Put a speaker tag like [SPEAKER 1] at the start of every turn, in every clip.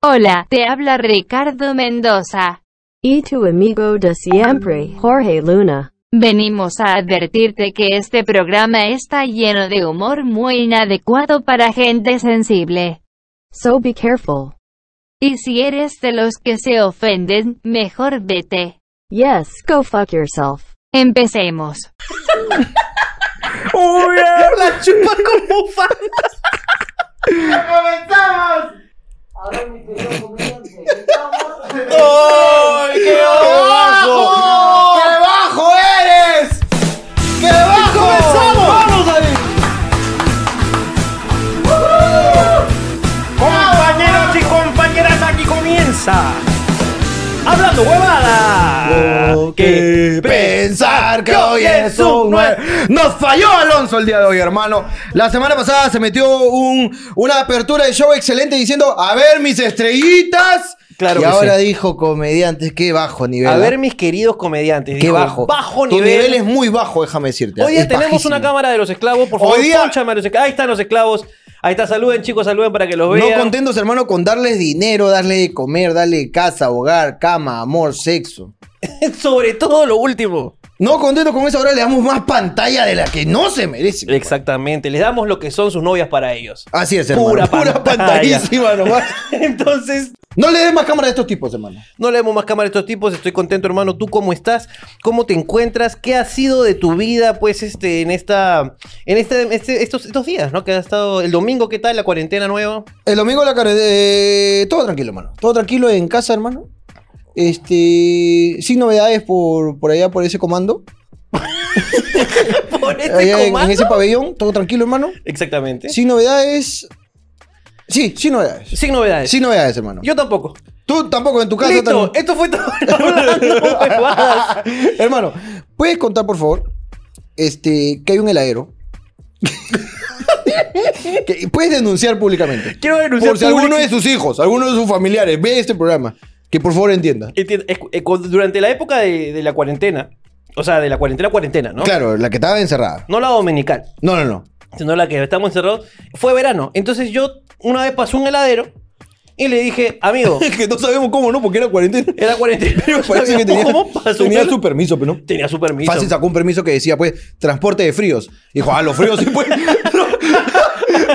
[SPEAKER 1] Hola, te habla Ricardo Mendoza.
[SPEAKER 2] Y E tu amigo de siempre, Jorge Luna.
[SPEAKER 1] Venimos a advertirte que este programa está lleno de humor muy inadecuado para gente sensible.
[SPEAKER 2] So be careful.
[SPEAKER 1] Y si eres de los que se ofenden, mejor vete.
[SPEAKER 2] Yes, go fuck yourself.
[SPEAKER 1] Empecemos.
[SPEAKER 3] ¡Uy!
[SPEAKER 4] La chupa como bufanda.
[SPEAKER 5] ¡Comenzamos!
[SPEAKER 4] ¡Ay, qué
[SPEAKER 5] ¡Bajo! ¡Qué bajo eres! ¡Qué bajo!
[SPEAKER 4] ¡Comenzamos! ¡Vamos, David!
[SPEAKER 3] Compañeros y compañeras, aquí comienza. Hablando huevada.
[SPEAKER 5] Tengo que pensar que hoy es un nue- Nos falló Alonso el día de hoy, hermano. La semana pasada se metió un, una apertura de show excelente diciendo, a ver mis estrellitas.
[SPEAKER 4] Claro
[SPEAKER 5] y
[SPEAKER 4] que
[SPEAKER 5] ahora
[SPEAKER 4] sí.
[SPEAKER 5] dijo comediantes, qué bajo nivel.
[SPEAKER 4] A
[SPEAKER 5] ¿ah?
[SPEAKER 4] ver, mis queridos comediantes.
[SPEAKER 5] qué
[SPEAKER 4] dijo,
[SPEAKER 5] bajo.
[SPEAKER 4] Bajo
[SPEAKER 5] Tu
[SPEAKER 4] nivel.
[SPEAKER 5] nivel es muy bajo, déjame decirte. ¿ah?
[SPEAKER 4] Hoy día
[SPEAKER 5] Es
[SPEAKER 4] tenemos
[SPEAKER 5] bajísimo.
[SPEAKER 4] una cámara de los esclavos. Por favor,
[SPEAKER 5] Hoy día-
[SPEAKER 4] pónchame a los esclavos. Ahí están los esclavos. Ahí está, saluden, chicos, saluden para que los vean.
[SPEAKER 5] No contentos, hermano, con darles dinero, darle de comer, darle de casa, hogar, cama, amor, sexo.
[SPEAKER 4] Sobre todo lo último.
[SPEAKER 5] No contentos con eso, ahora le damos más pantalla de la que no se merece.
[SPEAKER 4] Exactamente. Les damos lo que son sus novias para ellos.
[SPEAKER 5] Así es, hermano.
[SPEAKER 4] Pura pantalla.
[SPEAKER 5] pantallísima nomás.
[SPEAKER 4] Entonces,
[SPEAKER 5] No le des más cámara a estos tipos, hermano.
[SPEAKER 4] No leemos más cámara de estos tipos. Estoy contento, hermano. ¿Tú cómo estás? ¿Cómo te encuentras? ¿Qué ha sido de tu vida, pues, este, en esta. En este, este- estos, estos días, ¿no? Que ha estado. El domingo, ¿qué tal? La cuarentena nueva.
[SPEAKER 5] El domingo la cara eh, todo tranquilo, hermano. Todo tranquilo en casa, hermano. Este, sin novedades por, por allá, por ese comando.
[SPEAKER 4] Por
[SPEAKER 5] Allá en- En, ese pabellón, todo tranquilo, hermano.
[SPEAKER 4] Exactamente.
[SPEAKER 5] Sin novedades. Sí, sin novedades.
[SPEAKER 4] Sin novedades.
[SPEAKER 5] Sin novedades, hermano.
[SPEAKER 4] Yo tampoco.
[SPEAKER 5] Tú tampoco en tu casa.
[SPEAKER 4] Listo.
[SPEAKER 5] también.
[SPEAKER 4] Esto fue todo. Hablando huevadas.
[SPEAKER 5] Hermano, ¿puedes contar, por favor? Este, que hay un heladero. Que- puedes denunciar públicamente.
[SPEAKER 4] Quiero denunciar
[SPEAKER 5] Por si
[SPEAKER 4] públic-
[SPEAKER 5] alguno de sus hijos, alguno de sus familiares ve este programa, que por favor entienda.
[SPEAKER 4] Entiendo, es- eh, cu- Durante la época de, de la cuarentena. O sea, de la cuarentena, cuarentena, ¿no?
[SPEAKER 5] Claro, la que estaba encerrada.
[SPEAKER 4] No la dominical.
[SPEAKER 5] No, no, no.
[SPEAKER 4] sino la que estamos encerrados, fue verano. Entonces yo una vez pasé un heladero y le dije, amigo,
[SPEAKER 5] que no sabemos cómo, ¿no? Porque era cuarentena.
[SPEAKER 4] era cuarentena. pero
[SPEAKER 5] Parece que
[SPEAKER 4] sabíamos
[SPEAKER 5] tenía,
[SPEAKER 4] ¿Cómo pasó?
[SPEAKER 5] tenía
[SPEAKER 4] un
[SPEAKER 5] su
[SPEAKER 4] hel-
[SPEAKER 5] permiso, pero no.
[SPEAKER 4] tenía su permiso.
[SPEAKER 5] Fácil sacó un permiso que decía, pues, transporte de fríos. Dijo, ah, los fríos sí, pues.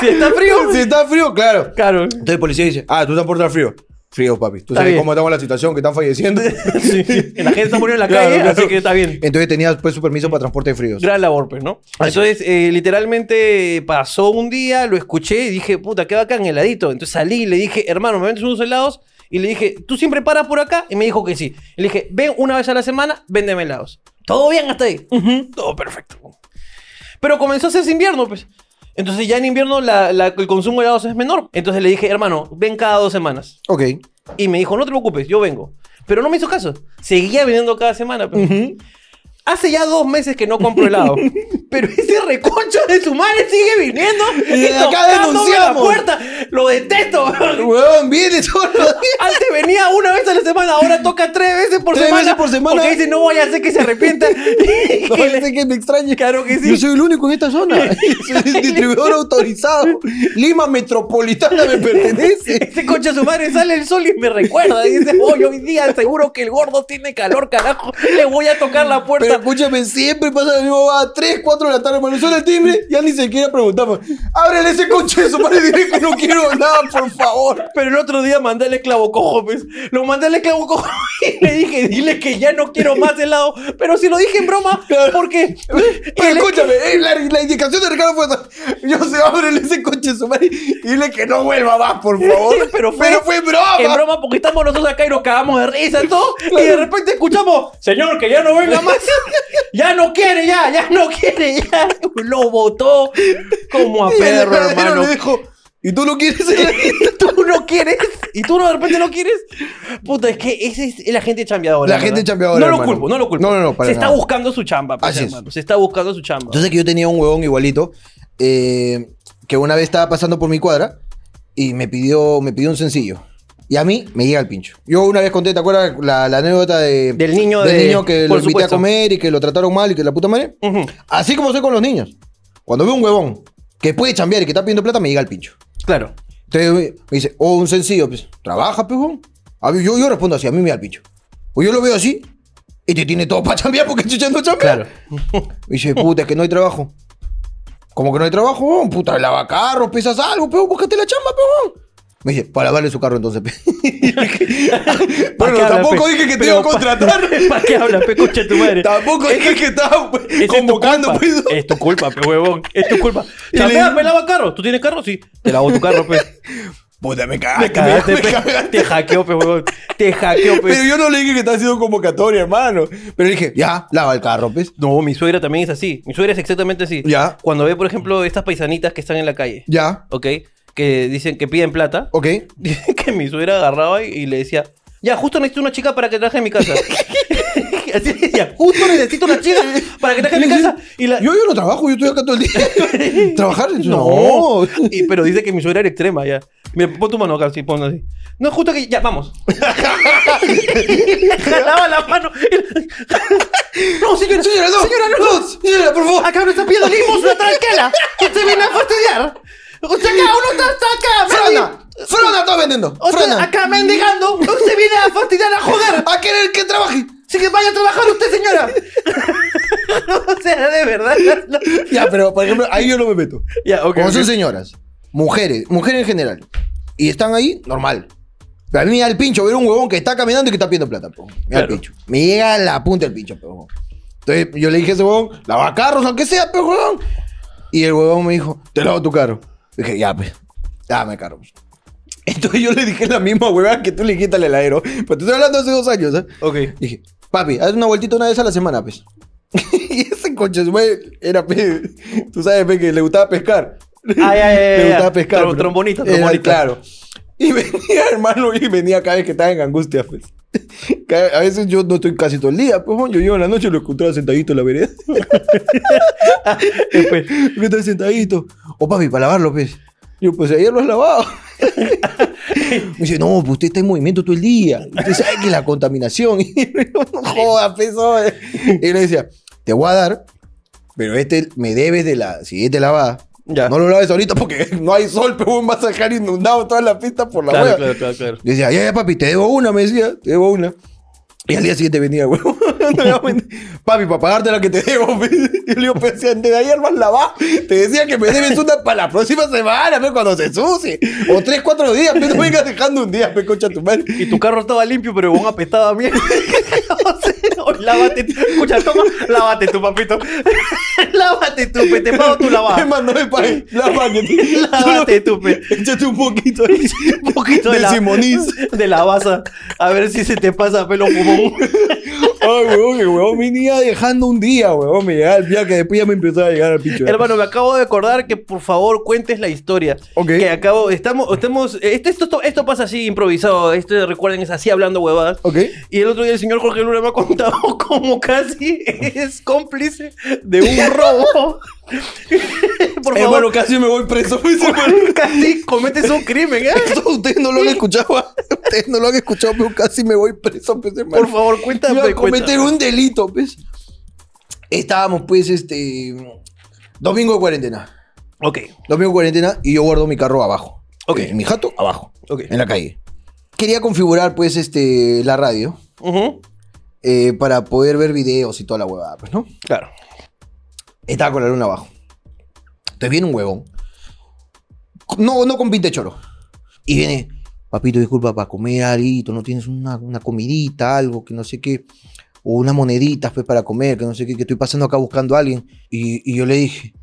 [SPEAKER 4] si está frío.
[SPEAKER 5] si está frío, claro.
[SPEAKER 4] Claro.
[SPEAKER 5] Entonces el policía dice, ah, tú transportas frío. Frío, papi. Tú
[SPEAKER 4] Está
[SPEAKER 5] sabes
[SPEAKER 4] bien.
[SPEAKER 5] cómo estamos en la situación, que están falleciendo.
[SPEAKER 4] Sí, sí. La gente está muriendo en la
[SPEAKER 5] Claro,
[SPEAKER 4] calle,
[SPEAKER 5] claro.
[SPEAKER 4] así que está bien.
[SPEAKER 5] Entonces tenías pues su permiso para transporte de fríos.
[SPEAKER 4] Gran labor, pues, ¿no? Entonces, eh, literalmente pasó un día, lo escuché y dije, puta, qué bacán heladito. Entonces salí y le dije, hermano, ¿me vendes unos helados? Y le dije, ¿tú siempre paras por acá? Y me dijo que sí. Y le dije, ven una vez a la semana, véndeme helados. Todo bien hasta ahí. Ujú, Todo perfecto. Pero comenzó a hacerse invierno, pues. Entonces ya en invierno la- la- el consumo de helados es menor. Entonces le dije, hermano, ven cada dos semanas.
[SPEAKER 5] Ok.
[SPEAKER 4] Y me dijo, no te preocupes, yo vengo. Pero no me hizo caso. Seguía viniendo cada semana. pero- Hace ya dos meses que no compro helado. pero ese reconcho de su madre sigue viniendo.
[SPEAKER 5] Y de acá
[SPEAKER 4] tocándome
[SPEAKER 5] denunciamos.
[SPEAKER 4] La puerta. Lo detesto. weón.
[SPEAKER 5] Weón, viene todos los días.
[SPEAKER 4] Antes venía una vez a la semana, ahora toca tres veces por
[SPEAKER 5] Tres
[SPEAKER 4] semana.
[SPEAKER 5] veces por semana.
[SPEAKER 4] Porque dice, no vaya a hacer que se arrepienta. Y
[SPEAKER 5] No
[SPEAKER 4] que le-
[SPEAKER 5] parece que me extrañe.
[SPEAKER 4] Claro que sí.
[SPEAKER 5] Yo soy el único en esta zona. soy el distribuidor autorizado. Lima Metropolitana me pertenece.
[SPEAKER 4] Ese coche a su madre sale el sol y me recuerda. Y dice, hoy, hoy día seguro que el gordo tiene calor, carajo. Le voy a tocar la puerta.
[SPEAKER 5] Pero escúchame, siempre pasa lo mismo. Va a 3, 4 de la tarde, hermano. Suena el timbre. Ya ni siquiera preguntamos. Ábrele ese coche de su madre. Dile que no quiero nada, por favor.
[SPEAKER 4] Pero el otro día mandé al esclavo cojo, pues. Lo mandé al esclavo cojo y le dije, dile que ya no quiero más helado. Pero si lo dije en broma, porque.
[SPEAKER 5] Pero escúchame, eh, la, la indicación de Ricardo fue esa. Yo se ábrele ese coche de su madre. Y dile que no vuelva más, por favor.
[SPEAKER 4] Pero fue-
[SPEAKER 5] broma.
[SPEAKER 4] En broma, porque estamos nosotros acá y nos cagamos de risa y todo. Y de repente escuchamos, señor, que ya no venga más. ya no quiere, ya, ya no quiere, ya. Lo botó como a
[SPEAKER 5] Y el
[SPEAKER 4] perro,
[SPEAKER 5] verdadero
[SPEAKER 4] hermano.
[SPEAKER 5] le dijo, ¿y tú no quieres ser
[SPEAKER 4] tú no quieres y tú no, de repente no quieres. Puta, es que esa es la gente chambeadora.
[SPEAKER 5] La
[SPEAKER 4] ¿verdad?
[SPEAKER 5] gente chambeadora,
[SPEAKER 4] No lo
[SPEAKER 5] hermano.
[SPEAKER 4] culpo, no lo culpo.
[SPEAKER 5] No, no, no, para
[SPEAKER 4] Se
[SPEAKER 5] nada.
[SPEAKER 4] está buscando su chamba, pues,
[SPEAKER 5] Así es.
[SPEAKER 4] hermano. Se está buscando su chamba.
[SPEAKER 5] Entonces que yo tenía un huevón igualito, eh, que una vez estaba pasando por mi cuadra y me pidió, me pidió un sencillo. Y a mí me llega el pincho. Yo una vez conté, ¿te acuerdas la, la anécdota de,
[SPEAKER 4] Del niño de-
[SPEAKER 5] niño que lo
[SPEAKER 4] por
[SPEAKER 5] invité
[SPEAKER 4] supuesto.
[SPEAKER 5] a comer y que lo trataron mal y que la puta madre?
[SPEAKER 4] Ujú.
[SPEAKER 5] Así como soy con los niños. Cuando veo un huevón que puede chambear y que está pidiendo plata, me llega el pincho.
[SPEAKER 4] Claro.
[SPEAKER 5] Entonces me me dice, o un sencillo, pues, trabaja, pejón. A mí- yo, yo respondo así, a mí me da el pincho. O yo lo veo así, y te tiene todo para chambear porque chucha no chambea.
[SPEAKER 4] Claro.
[SPEAKER 5] Me dice, puta, es que no hay trabajo. Como que no hay trabajo, weón? puta, lava carros, pesas algo, pejón, búscate la chamba, pejón. Me dice, para lavarle su carro entonces. pe".
[SPEAKER 3] ¿Para
[SPEAKER 5] bueno,
[SPEAKER 3] qué hablas,
[SPEAKER 5] tampoco
[SPEAKER 3] pe?
[SPEAKER 5] dije que te
[SPEAKER 3] Pero
[SPEAKER 5] iba a
[SPEAKER 3] pa-
[SPEAKER 5] contratar.
[SPEAKER 3] ¿Para qué hablas, pe, concha de tu madre?
[SPEAKER 5] Tampoco dije que estaba pues,
[SPEAKER 3] Esa es tu
[SPEAKER 5] convocando,
[SPEAKER 3] culpa.
[SPEAKER 5] pues.
[SPEAKER 3] Es tu culpa, pe, huevón. Es tu culpa.
[SPEAKER 5] Y le-
[SPEAKER 4] Chapea, me lava carro. ¿Tú tienes carro? Sí. Te lavo tu carro, pe.
[SPEAKER 5] Puta, Ah, me
[SPEAKER 3] Te
[SPEAKER 5] cagaste,
[SPEAKER 3] cagaste,
[SPEAKER 5] me
[SPEAKER 3] pe.
[SPEAKER 5] cagaste.
[SPEAKER 3] Te hackeó, pe, huevón. Te hackeó, pe.
[SPEAKER 5] Pero yo no le dije que estaba haciendo convocatoria, hermano. Pero le dije, ya, lava el carro, pues.
[SPEAKER 4] No, mi suegra también es así. Mi suegra es exactamente así.
[SPEAKER 5] Ya.
[SPEAKER 4] Cuando ve, por ejemplo, estas paisanitas que están en la calle,
[SPEAKER 5] Ya,
[SPEAKER 4] ¿ok? Que dicen que piden plata.
[SPEAKER 5] ok.
[SPEAKER 4] Dice que mi suegra agarraba y, y le decía, ya, justo necesito una chica para que traje a mi casa. Así decía, justo necesito una chica para que traje a mi casa. Y la...
[SPEAKER 5] Yo, yo no trabajo, yo estoy acá todo el día. ¿Trabajar?
[SPEAKER 4] No.
[SPEAKER 5] No.
[SPEAKER 4] Y- pero dice que mi suegra era extrema, ya. Mira, pon tu mano acá, sí, pon así. No, justo que... Ya, vamos. Jalaba la mano.
[SPEAKER 5] No, señora, señora, no. Señora, no. señora, por favor.
[SPEAKER 4] Acá no está pidiendo limosna, tranquila. Usted viene a fastidiar. Usted acá, uno está, está acá.
[SPEAKER 5] Frona, Frona, está vendiendo.
[SPEAKER 4] Usted
[SPEAKER 5] Frona.
[SPEAKER 4] acá mendigando. Usted viene a fastidiar, a joder.
[SPEAKER 5] A querer que trabaje.
[SPEAKER 4] Así que vaya a trabajar usted, señora. o sea, de verdad. no.
[SPEAKER 5] Ya, pero por ejemplo, ahí yo no me meto.
[SPEAKER 4] Ya, ok.
[SPEAKER 5] Como
[SPEAKER 4] ok.
[SPEAKER 5] son señoras, mujeres, mujeres en general, y están ahí, normal. Pero a mí me da el pincho ver un huevón que está caminando y que está pidiendo plata, po. Me da el
[SPEAKER 4] Claro.
[SPEAKER 5] pincho. Me llega a la punta del pincho, po. Entonces yo le dije a ese huevón, lava carros, aunque sea, pe, huevón. Y el huevón me dijo, te lavo tu carro. Dije, ya, pues, dame carro. pues. Entonces yo le dije la misma huevada que tú le dijiste al heladero. Pero te estoy hablando hace dos años, ¿eh?
[SPEAKER 4] Ok.
[SPEAKER 5] Dije, papi, haz una vueltita una vez a la semana, pues. y ese coche, güey, era, pe, tú sabes, pe, que le gustaba pescar.
[SPEAKER 4] Ay, ay, ay,
[SPEAKER 5] le
[SPEAKER 4] ay,
[SPEAKER 5] gustaba
[SPEAKER 4] ay.
[SPEAKER 5] pescar.
[SPEAKER 4] Tro-
[SPEAKER 5] pero
[SPEAKER 4] trombonista,
[SPEAKER 5] era,
[SPEAKER 4] trombonista.
[SPEAKER 5] claro. Y venía, hermano, y venía cada vez que estaba en angustia, pues. Cada- A veces yo no estoy casi todo el día, pues, yo llego en la noche y lo encontraba sentadito en la vereda.
[SPEAKER 4] Después.
[SPEAKER 5] que está sentadito. O papi, para lavarlo, pues. Yo, pues ayer lo has lavado. Me dice, no, pues usted está en movimiento todo el día. Usted sabe que la contaminación. Y yo, no joda, peso. Y le decía, te voy a dar, pero este me debes de la siguiente lavada.
[SPEAKER 4] Ya.
[SPEAKER 5] No lo laves ahorita porque no hay sol, pero vas a dejar inundado toda la pista por la
[SPEAKER 4] Claro,
[SPEAKER 5] hueva.
[SPEAKER 4] claro, claro, claro.
[SPEAKER 5] Yo decía, ya, ya, papi, te debo una, me decía, te debo una. Y al día siguiente venía, güey. No me va a mentir. papi, para pagarte la que te debo. pe. Yo le digo, pero si antes de ayer más lavado, te decía que me debes una para la próxima semana, pe, cuando se suce. O tres, cuatro días, pe, no vengas dejando un día, pe, concha tu madre.
[SPEAKER 4] Y tu carro estaba limpio, pero vos apestaba a mierda. O sea, hoy lávate. Escucha, toma, lávate tu papito. lávate tu pe, te pago tu
[SPEAKER 5] Es
[SPEAKER 4] lavada.
[SPEAKER 5] más, no me pagues. Lávate.
[SPEAKER 4] Lávate tú, pe.
[SPEAKER 5] Échate un poquito ahí.
[SPEAKER 4] Un poquito de,
[SPEAKER 5] De
[SPEAKER 4] la-
[SPEAKER 5] Simonis.
[SPEAKER 4] De la baza. A ver si se te pasa pelo pulmón.
[SPEAKER 5] Ay, weón, que weón, venía dejando un día, weón. Me llegaba el día que después ya me empezaba a llegar al pincho.
[SPEAKER 4] Hermano, me acabo de acordar que por favor cuentes la historia.
[SPEAKER 5] Ok.
[SPEAKER 4] Que acabo, estamos, estamos, este- esto, esto, esto pasa así improvisado. Este, recuerden, es así hablando huevadas.
[SPEAKER 5] Ok.
[SPEAKER 4] Y el otro día el señor Jorge Luna me ha contado cómo casi es cómplice de un robo. por favor,
[SPEAKER 5] Hermano, Eh, casi me voy preso. pues, hermano.
[SPEAKER 4] casi cometes un crimen, ¿eh?
[SPEAKER 5] Eso ustedes no lo han escuchado. ah. Ustedes no lo han escuchado, pero casi me voy preso, pues, hermano.
[SPEAKER 4] Por favor, cuéntame.
[SPEAKER 5] Iba a
[SPEAKER 4] cuéntame.
[SPEAKER 5] cometer un delito, pues. Estábamos, pues, este. Domingo de cuarentena.
[SPEAKER 4] Ok,
[SPEAKER 5] Domingo de cuarentena y yo guardo mi carro abajo.
[SPEAKER 4] Ok.
[SPEAKER 5] Eh, mi jato abajo.
[SPEAKER 4] Ok.
[SPEAKER 5] En la calle. Quería configurar, pues, este. La radio.
[SPEAKER 4] Ujú.
[SPEAKER 5] eh, para poder ver videos y toda la huevada, pues, ¿no?
[SPEAKER 4] claro.
[SPEAKER 5] Estaba con la luna abajo. Entonces viene un huevón. No, no con pinta de choro. Y viene, papito, disculpa, para comer algo, no tienes una, una comidita, algo, que no sé qué. O unas moneditas pues, para comer, que no sé qué, que estoy pasando acá buscando a alguien. Y, y yo le dije,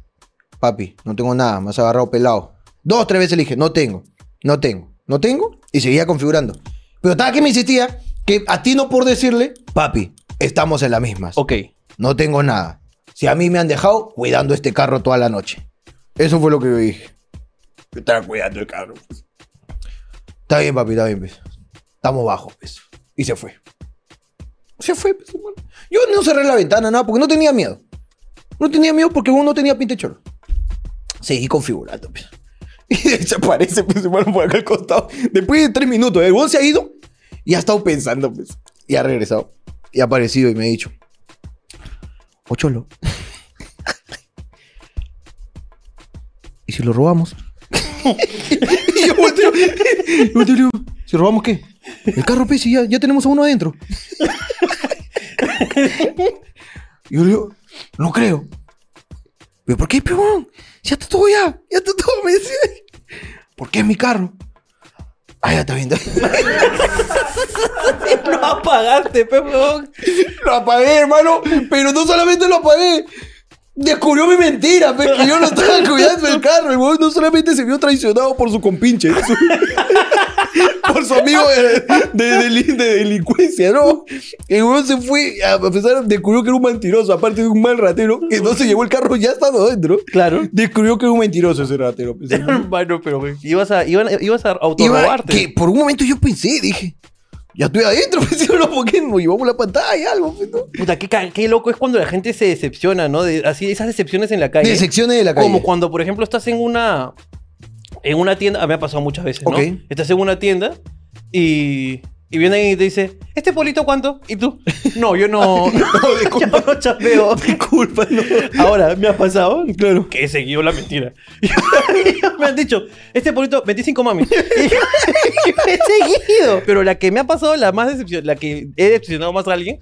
[SPEAKER 5] papi, no tengo nada, me has agarrado pelado. Dos, tres veces le dije, no tengo, no tengo, no tengo. Y seguía configurando. Pero estaba que me insistía que a ti no por decirle, papi, estamos en las mismas.
[SPEAKER 4] Ok.
[SPEAKER 5] No tengo nada. Si a mí me han dejado cuidando este carro toda la noche. Eso fue lo que yo dije. Yo estaba cuidando el carro. pues. Está bien, papi, está bien, pues. Estamos bajos, pues. Y se fue. Se fue, pues, hermano. Yo no cerré la ventana, nada, porque no tenía miedo. No tenía miedo porque uno no tenía pinta de cholo. Seguí configurando, pues. Y desaparece, pues, hermano, por acá al costado. Después de tres minutos, el huevón se ha ido y ha estado pensando, pues. Y ha regresado. Y ha aparecido y me ha dicho. O cholo. ¿Y si lo robamos? y yo volteo. y volteo y le digo, ¿si robamos qué? El carro, pues, y ya, ya tenemos a uno adentro. y yo le digo, no creo. Pero, ¿por qué, pibón? Ya está todo ya, ya está todo, me decía. ¿Por qué es mi carro? Ah, ya está bien, está bien.
[SPEAKER 4] No apagaste, pe, huevón.
[SPEAKER 5] Lo apagué, hermano, pero no solamente lo apagué. Descubrió mi mentira, pe, que yo no estaba cuidando el carro. El huevón no solamente se vio traicionado por su compinche, su- por su amigo de, de- de deli- de delincuencia, ¿no? El huevón se fue, a pesar, descubrió que era un mentiroso, aparte de un mal ratero, que no se llevó el carro ya estando dentro.
[SPEAKER 4] Claro.
[SPEAKER 5] Descubrió que era un mentiroso ese ratero. pe, hermano.
[SPEAKER 4] Hermano, pero güey, ibas a, iban- ibas a
[SPEAKER 5] Iba-
[SPEAKER 4] autorrobarte.
[SPEAKER 5] que por un momento yo pensé, dije, ya estoy adentro, pensé, no, ¿por qué nos llevamos la pantalla? Algo, pues, ¿no?
[SPEAKER 4] Puta, qué, ca- qué loco es cuando la gente se decepciona, ¿no? De- así, esas decepciones en la calle.
[SPEAKER 5] Decepciones de la calle.
[SPEAKER 4] Como cuando, por ejemplo, estás en una. En una tienda. ah, me ha pasado muchas veces, ¿no?
[SPEAKER 5] Ok.
[SPEAKER 4] Estás en una tienda y. Y viene alguien y te dice, ¿este polito cuánto? ¿Y tú? No, yo no. no, disculpa. Yo no chapeo. Disculpa, no. Ahora, me ha pasado. Claro. Que he seguido la mentira. me han dicho, este polito, 25 mami. Y yo, yo he seguido. Pero la que me ha pasado, la más decepción, la que he decepcionado más a alguien,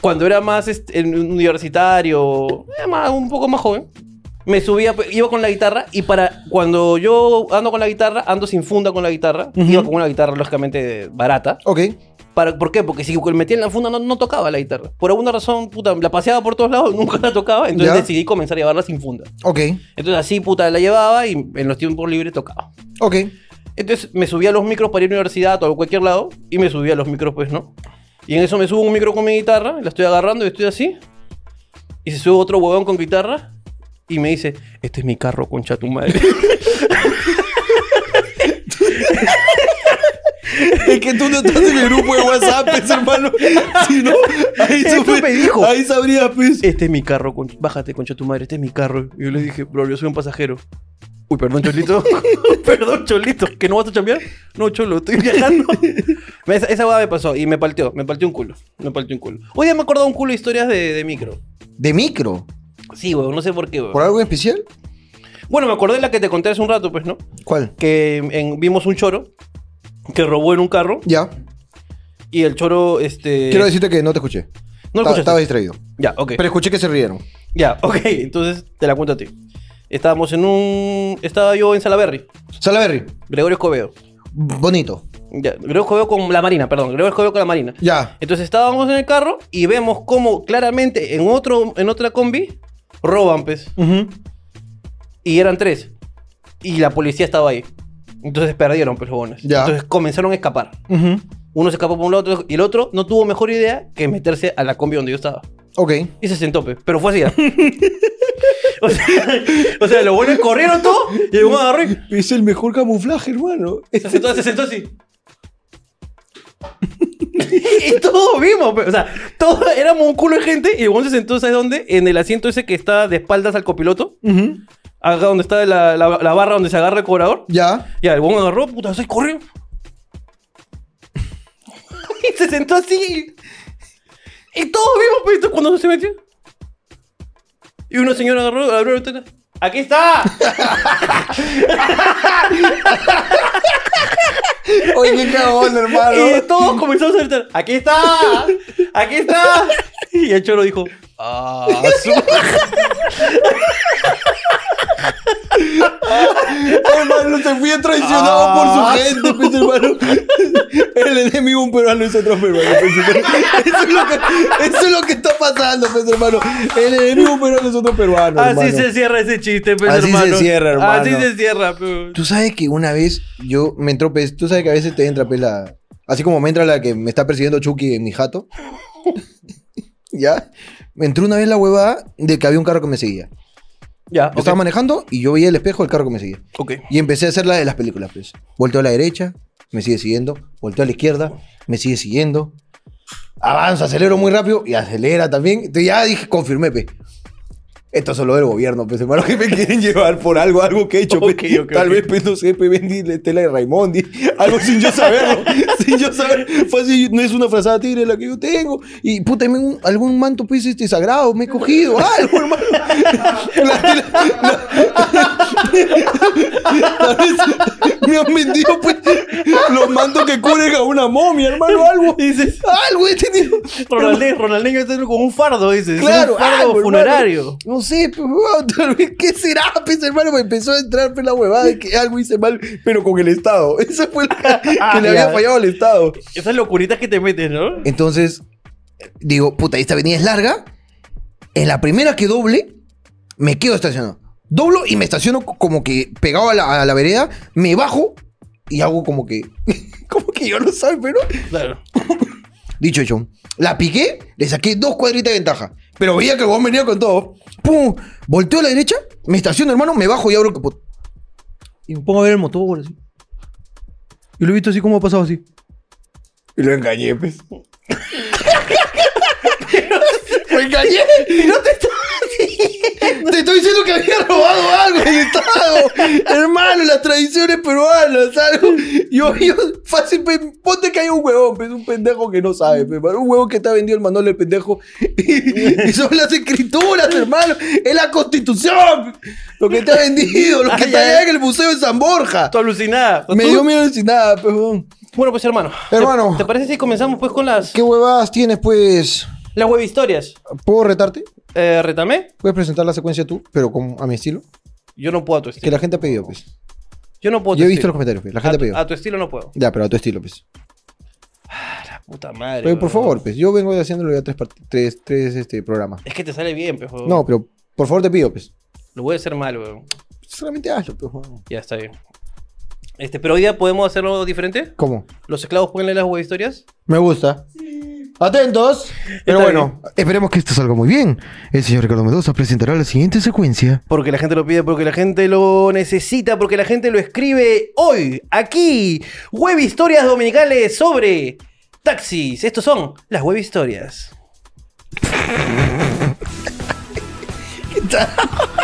[SPEAKER 4] cuando era más este, en- universitario, eh, más- un poco más joven, me subía, pues, iba con la guitarra y para cuando yo ando con la guitarra, ando sin funda con la guitarra, iba con una guitarra lógicamente barata.
[SPEAKER 5] Ok.
[SPEAKER 4] Para, ¿Por qué? Porque si metía en la funda no, no tocaba la guitarra. Por alguna razón, puta, la paseaba por todos lados, nunca la tocaba, entonces
[SPEAKER 5] Ya.
[SPEAKER 4] decidí comenzar a llevarla sin funda.
[SPEAKER 5] Ok.
[SPEAKER 4] Entonces así, puta, la llevaba y en los tiempos libres tocaba.
[SPEAKER 5] Ok.
[SPEAKER 4] Entonces me subía a los micros para ir a la universidad o a cualquier lado y me subía a los micros, pues, ¿no? Y en eso me subo un micro con mi guitarra, la estoy agarrando y estoy así. Y se sube otro huevón con guitarra y me dice: Este es mi carro, concha tu madre.
[SPEAKER 5] Es que tú no estás en el grupo de WhatsApp, pues, hermano. Si no, ahí,
[SPEAKER 4] Eso
[SPEAKER 5] supe-
[SPEAKER 4] me dijo.
[SPEAKER 5] ahí sabrías, pues.
[SPEAKER 4] este es mi carro, con- bájate, concha tu madre, este es mi carro. Y yo le dije: Bro, yo soy un pasajero. Uy, perdón, Cholito. perdón, Cholito. ¿Que no vas a chambear? No, Cholo, estoy viajando. esa, esa hueá me pasó y me palteó, me palteó un culo. Me palteó un culo. Hoy día me he acordado un culo de historias de, de micro.
[SPEAKER 5] ¿De micro?
[SPEAKER 4] Sí, huevón, no sé por qué, huevón.
[SPEAKER 5] ¿Por algo en especial?
[SPEAKER 4] Bueno, me acordé de la que te conté hace un rato, pues, ¿no?
[SPEAKER 5] ¿Cuál?
[SPEAKER 4] Que en- vimos un choro que robó en un carro
[SPEAKER 5] Ya.
[SPEAKER 4] y el choro, este...
[SPEAKER 5] Quiero decirte que Eh. no te escuché.
[SPEAKER 4] No lo
[SPEAKER 5] Ta-
[SPEAKER 4] escuchaste.
[SPEAKER 5] Estaba distraído.
[SPEAKER 4] Ya, ok.
[SPEAKER 5] Pero escuché que se rieron.
[SPEAKER 4] Ya, ok. Entonces, te la cuento a ti. Estábamos en un... Estaba yo en Salaberry.
[SPEAKER 5] Salaberry,
[SPEAKER 4] Gregorio Escobedo.
[SPEAKER 5] bonito.
[SPEAKER 4] Ya, Gregorio Escobedo con la Marina, perdón. Gregorio Escobedo con la Marina.
[SPEAKER 5] Ya.
[SPEAKER 4] Entonces estábamos en el carro y vemos cómo claramente en, otro, en otra combi roban, pues. Y eran tres. Y la policía estaba ahí. Entonces perdieron, pues, huevones.
[SPEAKER 5] Ya.
[SPEAKER 4] Entonces comenzaron a escapar.
[SPEAKER 5] Ujú.
[SPEAKER 4] Uno se escapó por un lado otro- y el otro no tuvo mejor idea que meterse a la combi donde yo estaba.
[SPEAKER 5] Ok.
[SPEAKER 4] Y se sentó, pe, pero fue así. ya. o, sea, o sea, los buenos corrieron todo y el huevón agarró y
[SPEAKER 5] Es el mejor camuflaje, hermano.
[SPEAKER 4] se sentó, se sentó así. y todos vimos, pe, o sea, todos éramos un culo de gente y el huevón se sentó, ¿sabes dónde? En el asiento ese que está de espaldas al copiloto,
[SPEAKER 5] Ujú.
[SPEAKER 4] acá donde está la, la- la barra donde se agarra el cobrador.
[SPEAKER 5] Ya.
[SPEAKER 4] Ya, el huevón agarró, puta, se corrió. y se sentó así. Y todos vimos, pues, entonces, cuando se metió. Y una señora agarró, abrió la ventana. ¡Aquí está!
[SPEAKER 5] Oye, qué cagón,
[SPEAKER 4] y todos comenzamos a gritar. ¡Aquí está! ¡Aquí está! Y el cholo dijo. ¡Ah, su-".
[SPEAKER 5] hermano, se fue traicionado
[SPEAKER 4] Ah.
[SPEAKER 5] por su gente, pues, hermano. El enemigo un peruano es otro peruano. pues, hermano. Eso es lo que, eso es lo que está pasando, pues, hermano. El enemigo un peruano es otro peruano,
[SPEAKER 4] Así
[SPEAKER 5] hermano.
[SPEAKER 4] se cierra ese chiste, pues,
[SPEAKER 5] Así se
[SPEAKER 4] hermano.
[SPEAKER 5] cierra, hermano.
[SPEAKER 4] Así se cierra, pues.
[SPEAKER 5] Tú sabes que una vez yo me entró, pues, tú sabes que a veces te entra, pues, la... Así como me entra la que me está persiguiendo Chucky en mi jato. ¿Ya? Me entró una vez la huevada de que había un carro que me seguía. Yo
[SPEAKER 4] Ya, ok.
[SPEAKER 5] estaba manejando y yo veía el espejo del carro que me seguía.
[SPEAKER 4] Ok.
[SPEAKER 5] Y empecé a hacer la de las películas, pues. Volteo a la derecha, me sigue siguiendo. Volteo a la izquierda, me sigue siguiendo. Avanza, acelero muy rápido y acelera también. Entonces ya dije, confirmé, pues. Esto es lo del gobierno, pues hermano, que me quieren llevar por algo, algo que he hecho. pues.
[SPEAKER 3] Ok, ok,
[SPEAKER 5] Tal
[SPEAKER 3] ok.
[SPEAKER 5] vez, pues, no sé, pues, vendí la tela de Raimondi, algo sin yo saberlo, sin yo saber. Fue así, no es una frazada tigre la que yo tengo. Y puta, y me- un- algún manto, pues, este sagrado, me he cogido, algo, hermano. La tela- la- Tal vez me han vendido, pues, los mantos que cubren a una momia, hermano, algo.
[SPEAKER 4] Dices,
[SPEAKER 5] Algo he tenido.
[SPEAKER 4] Ronaldinho, Ronaldinho está con un fardo, dices.
[SPEAKER 5] Claro, ah,
[SPEAKER 4] un fardo
[SPEAKER 5] algo, hermano.
[SPEAKER 4] funerario.
[SPEAKER 5] No sé, pues, huevón, tal vez, ¿qué será? Pues, hermano, me empezó a entrar pues, la huevada de que algo hice mal, pero con el Estado. Esa fue la que le había
[SPEAKER 4] Ya.
[SPEAKER 5] fallado al Estado.
[SPEAKER 4] Esas locuritas que te metes, ¿no?
[SPEAKER 5] Entonces, digo, puta, esta avenida es larga. En la primera que doble, me quedo estacionado. Doblo y me estaciono co- como que pegado a la, a la vereda, me bajo y hago como que. como que yo no sabe, pero.
[SPEAKER 4] Claro.
[SPEAKER 5] Dicho hecho, la piqué, le saqué dos cuadritas de ventaja. Pero veía que el huevón venía con todo. ¡Pum! Volteo a la derecha, me estaciono, hermano, me bajo y abro el capot. Y me pongo a ver el motor así. Y lo he visto así como ha pasado así. Y lo engañé, pues. ¡Lo engañé! ¡Y no te estaba diciendo! ¡Te estoy diciendo que había robado algo del Estado! Hermano, las tradiciones peruanas, algo. Yo, yo, fácil, pe- ponte que hay un huevón, pues, un pendejo que no sabe, pe, hermano. Un huevón que está vendido el manual del pendejo. Y, y son las escrituras, hermano. Es la constitución. pe. Lo que te ha vendido, lo que
[SPEAKER 4] Ah,
[SPEAKER 5] está
[SPEAKER 4] ya.
[SPEAKER 5] allá en el Museo de San Borja.
[SPEAKER 4] Tú alucinada.
[SPEAKER 5] Me
[SPEAKER 4] Tú-
[SPEAKER 5] dio miedo sin nada, pues, huevón.
[SPEAKER 4] Bueno, pues hermano.
[SPEAKER 5] Hermano.
[SPEAKER 4] ¿Te, te parece si comenzamos pues con las,
[SPEAKER 5] ¿Qué huevadas tienes, pues?
[SPEAKER 4] las web historias?
[SPEAKER 5] ¿Puedo retarte?
[SPEAKER 4] Eh, ¿Retamé?
[SPEAKER 5] Puedes presentar la secuencia tú, pero con, a mi estilo.
[SPEAKER 4] Yo no puedo a tu
[SPEAKER 5] Que
[SPEAKER 4] estilo.
[SPEAKER 5] la gente ha pedido, pues.
[SPEAKER 4] Yo no puedo a tu
[SPEAKER 5] Yo he visto
[SPEAKER 4] Oh, estilo.
[SPEAKER 5] los comentarios, pues. La
[SPEAKER 4] A
[SPEAKER 5] gente ha
[SPEAKER 4] tu-
[SPEAKER 5] pedido.
[SPEAKER 4] A tu estilo no puedo.
[SPEAKER 5] Ya, pero a tu estilo, pues.
[SPEAKER 4] La puta madre.
[SPEAKER 5] Pero por
[SPEAKER 4] weón.
[SPEAKER 5] favor, pues. Yo vengo haciéndolo ya tres, part- tres, tres este, programas.
[SPEAKER 4] Es que te sale bien, pejo.
[SPEAKER 5] No, pero por favor te pido, pues.
[SPEAKER 4] Lo voy a hacer mal, weón.
[SPEAKER 5] Solamente hazlo, pues. weón.
[SPEAKER 4] Ya está bien. Este, pero hoy día podemos hacerlo diferente.
[SPEAKER 5] ¿Cómo?
[SPEAKER 4] Los esclavos pueden leer las web historias.
[SPEAKER 5] Me gusta. Atentos. Pero
[SPEAKER 4] Está
[SPEAKER 5] bueno, esperemos que esto salga muy bien. El señor Ricardo Mendoza presentará la siguiente secuencia.
[SPEAKER 4] Porque la gente lo pide, porque la gente lo necesita, porque la gente lo escribe hoy, aquí. Web historias dominicales sobre taxis. Estos son las web historias.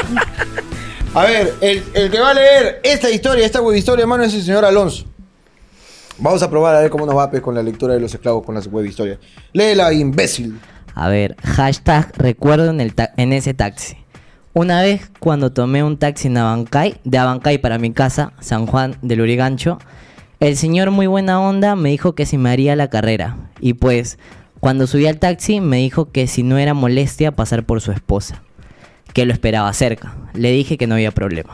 [SPEAKER 5] A ver, el, el que va a leer esta historia, esta web historia, hermano, es el señor Alonso. Vamos a probar a ver cómo nos va pues, con la lectura de los esclavos con las web historias. Léela, imbécil.
[SPEAKER 6] A ver, hashtag recuerdo en, el ta- en ese taxi. Una vez cuando tomé un taxi en Abancay, de Abancay para mi casa, San Juan del Urigancho, el señor muy buena onda me dijo que si me haría la carrera. Y pues, cuando subí al taxi me dijo que si no era molestia pasar por su esposa, que lo esperaba cerca. Le dije que no había problema.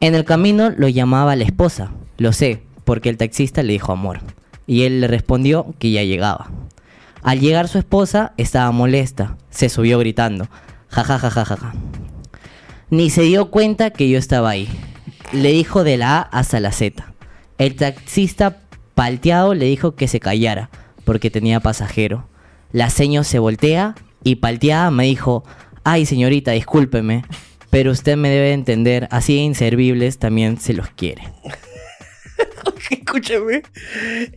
[SPEAKER 6] En el camino lo llamaba la esposa, lo sé, porque el taxista le dijo amor. Y él le respondió que ya llegaba. Al llegar su esposa estaba molesta, se subió gritando, ja ja ja ja ja, ja". Ni se dio cuenta que yo estaba ahí. Le dijo de la A hasta la Z. El taxista palteado le dijo que se callara, porque tenía pasajero. La seño se voltea y palteada me dijo, ay señorita, discúlpeme, pero usted me debe entender, así de inservibles también se los quiere.
[SPEAKER 4] Escúchame,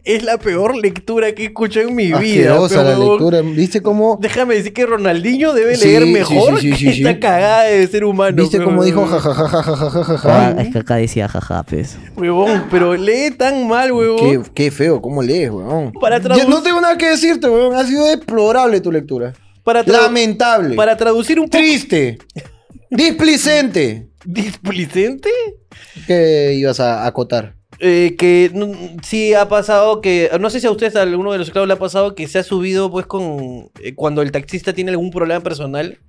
[SPEAKER 4] es la peor lectura que he escuchado en mi
[SPEAKER 5] Asquerosa
[SPEAKER 4] vida.
[SPEAKER 5] la
[SPEAKER 4] pejo.
[SPEAKER 5] lectura. ¿Viste cómo,
[SPEAKER 4] Déjame decir que Ronaldinho debe
[SPEAKER 5] Sí,
[SPEAKER 4] leer
[SPEAKER 5] sí,
[SPEAKER 4] mejor
[SPEAKER 5] sí, sí, sí,
[SPEAKER 4] que esta
[SPEAKER 5] sí.
[SPEAKER 4] cagada de ser humano.
[SPEAKER 5] ¿viste
[SPEAKER 4] pejo.
[SPEAKER 5] cómo dijo jajajajajajaja?
[SPEAKER 6] Ah, es que acá decía jaja, pues.
[SPEAKER 4] Huevón, pero lee tan mal, huevón.
[SPEAKER 5] Qué, qué feo, cómo lees, weón.
[SPEAKER 4] Para traduc-
[SPEAKER 5] Yo no tengo nada que decirte, weón. Ha sido deplorable tu lectura.
[SPEAKER 4] Para tradu-
[SPEAKER 5] Lamentable.
[SPEAKER 4] Para traducir un poco...
[SPEAKER 5] Triste. Displicente.
[SPEAKER 4] ¿Displicente?
[SPEAKER 5] ¿Qué ibas a acotar?
[SPEAKER 4] Eh, que no- sí ha pasado que... No sé si a ustedes, a alguno de los esclavos le ha pasado que se ha subido pues con... eh, cuando el taxista tiene algún problema personal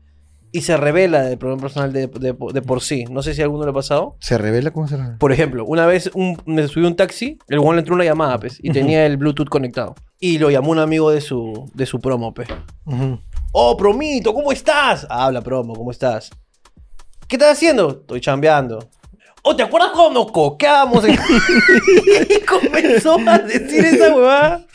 [SPEAKER 4] y se revela del problema personal de, de- de por sí. No sé si a alguno le ha pasado.
[SPEAKER 5] ¿Se revela cómo se revela?
[SPEAKER 4] Por ejemplo, una vez un- me subí a un taxi, el guan le entró una llamada, pues, y tenía el Bluetooth conectado. Y lo llamó un amigo de su, de su promo, pues. Oh, promito, ¿cómo estás? "Ah, Habla, promo, ¿cómo estás? ¿Qué estás haciendo? Estoy chambeando. Oh, ¿te acuerdas cuando nos coqueamos? y comenzó a decir esa huevada.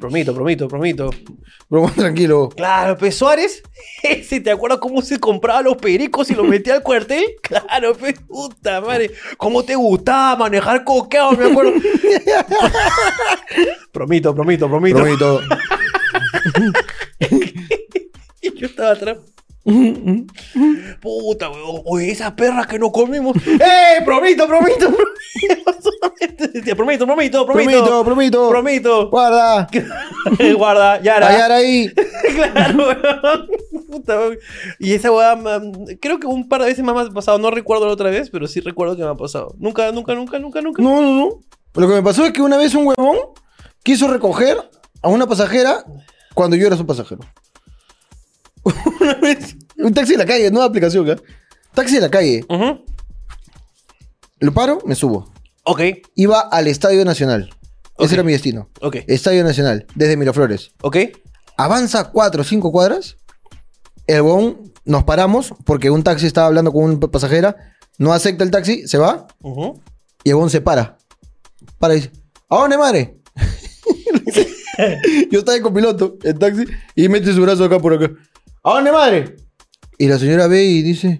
[SPEAKER 4] Promito, promito, promito.
[SPEAKER 5] Pero bueno, tranquilo.
[SPEAKER 4] Claro, pues Suárez, ese, ¿te acuerdas cómo se compraba los pericos y los metía al cuartel? Claro, pues, puta madre. ¿Cómo te gustaba manejar coqueado? Me acuerdo. promito, promito, promito.
[SPEAKER 5] Promito.
[SPEAKER 4] Y yo estaba atrás. Puta, weón. Oye, esas perras que no comimos. ¡Eh! Promito, promito, promito. Solamente decía, Promito, promito,
[SPEAKER 5] Promito,
[SPEAKER 4] promito.
[SPEAKER 5] promito. Ah,
[SPEAKER 4] Promito.
[SPEAKER 5] Guarda.
[SPEAKER 4] Guarda, Yara.
[SPEAKER 5] Hallar ahí.
[SPEAKER 4] Claro, weón. Puta, weón. Y esa weá, mm, creo que un par de veces más me ha pasado. No recuerdo la otra vez, pero sí recuerdo que me ha pasado. Nunca, nunca, nunca, nunca, nunca.
[SPEAKER 5] No, no, no. Lo que me pasó es que una vez un huevón quiso recoger a una pasajera cuando yo era su pasajero.
[SPEAKER 4] Una vez.
[SPEAKER 5] Un taxi de la calle, nueva aplicación, ¿eh? Taxi de la calle.
[SPEAKER 4] Ujú.
[SPEAKER 5] Lo paro, me subo.
[SPEAKER 4] Ok,
[SPEAKER 5] Iba al Estadio Nacional.
[SPEAKER 4] Ok.
[SPEAKER 5] Ese era mi destino.
[SPEAKER 4] ok,
[SPEAKER 5] Estadio Nacional, desde Miraflores.
[SPEAKER 4] ok.
[SPEAKER 5] Avanza cuatro o cinco cuadras. El huevón nos paramos porque un taxi estaba hablando con una pasajera. No acepta el taxi, se va.
[SPEAKER 4] Ujú.
[SPEAKER 5] Y el huevón se para. Para y dice, ¿a dónde, madre? Yo estaba de copiloto en taxi y mete su brazo acá por acá. ¿A dónde, madre? Y la señora ve y dice,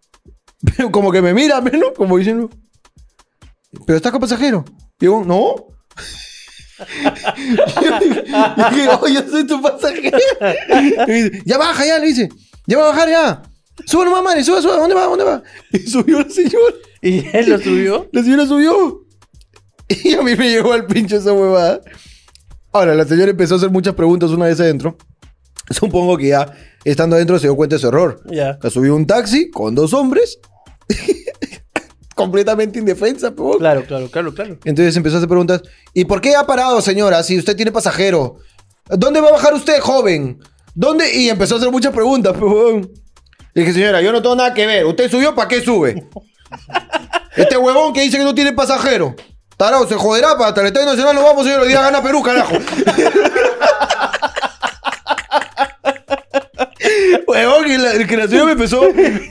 [SPEAKER 5] pero como que me mira, menos, como diciendo, pero estás con pasajero. Y yo, no. yo dije, oh, yo soy tu pasajero. Y me dice, ya baja, ya, le dice, ya va a bajar, ya. Suba nomás, madre, suba, suba, ¿dónde va, dónde va? Y subió la señora.
[SPEAKER 4] Y él lo subió.
[SPEAKER 5] La señora subió. Y a mí me llegó al pincho esa huevada. Ahora, la señora empezó a hacer muchas preguntas una vez adentro. Supongo que ya estando adentro se dio cuenta de su error.
[SPEAKER 4] Ya.
[SPEAKER 5] La subió un taxi con dos hombres. completamente indefensa, po.
[SPEAKER 4] Claro, claro, claro, claro.
[SPEAKER 5] Entonces empezó a hacer preguntas. ¿Y por qué ha parado, señora, si usted tiene pasajero? ¿Dónde va a bajar usted, joven? ¿Dónde? Y empezó a hacer muchas preguntas, po, huevón. Le dije, señora, yo no tengo nada que ver. ¿Usted subió? ¿Para qué sube? Este huevón que dice que no tiene pasajero. Tarao, se joderá para hasta el Estadio Nacional. Nos vamos, señor. Hoy día gana Perú, carajo. huevón, y la, que la señora me empezó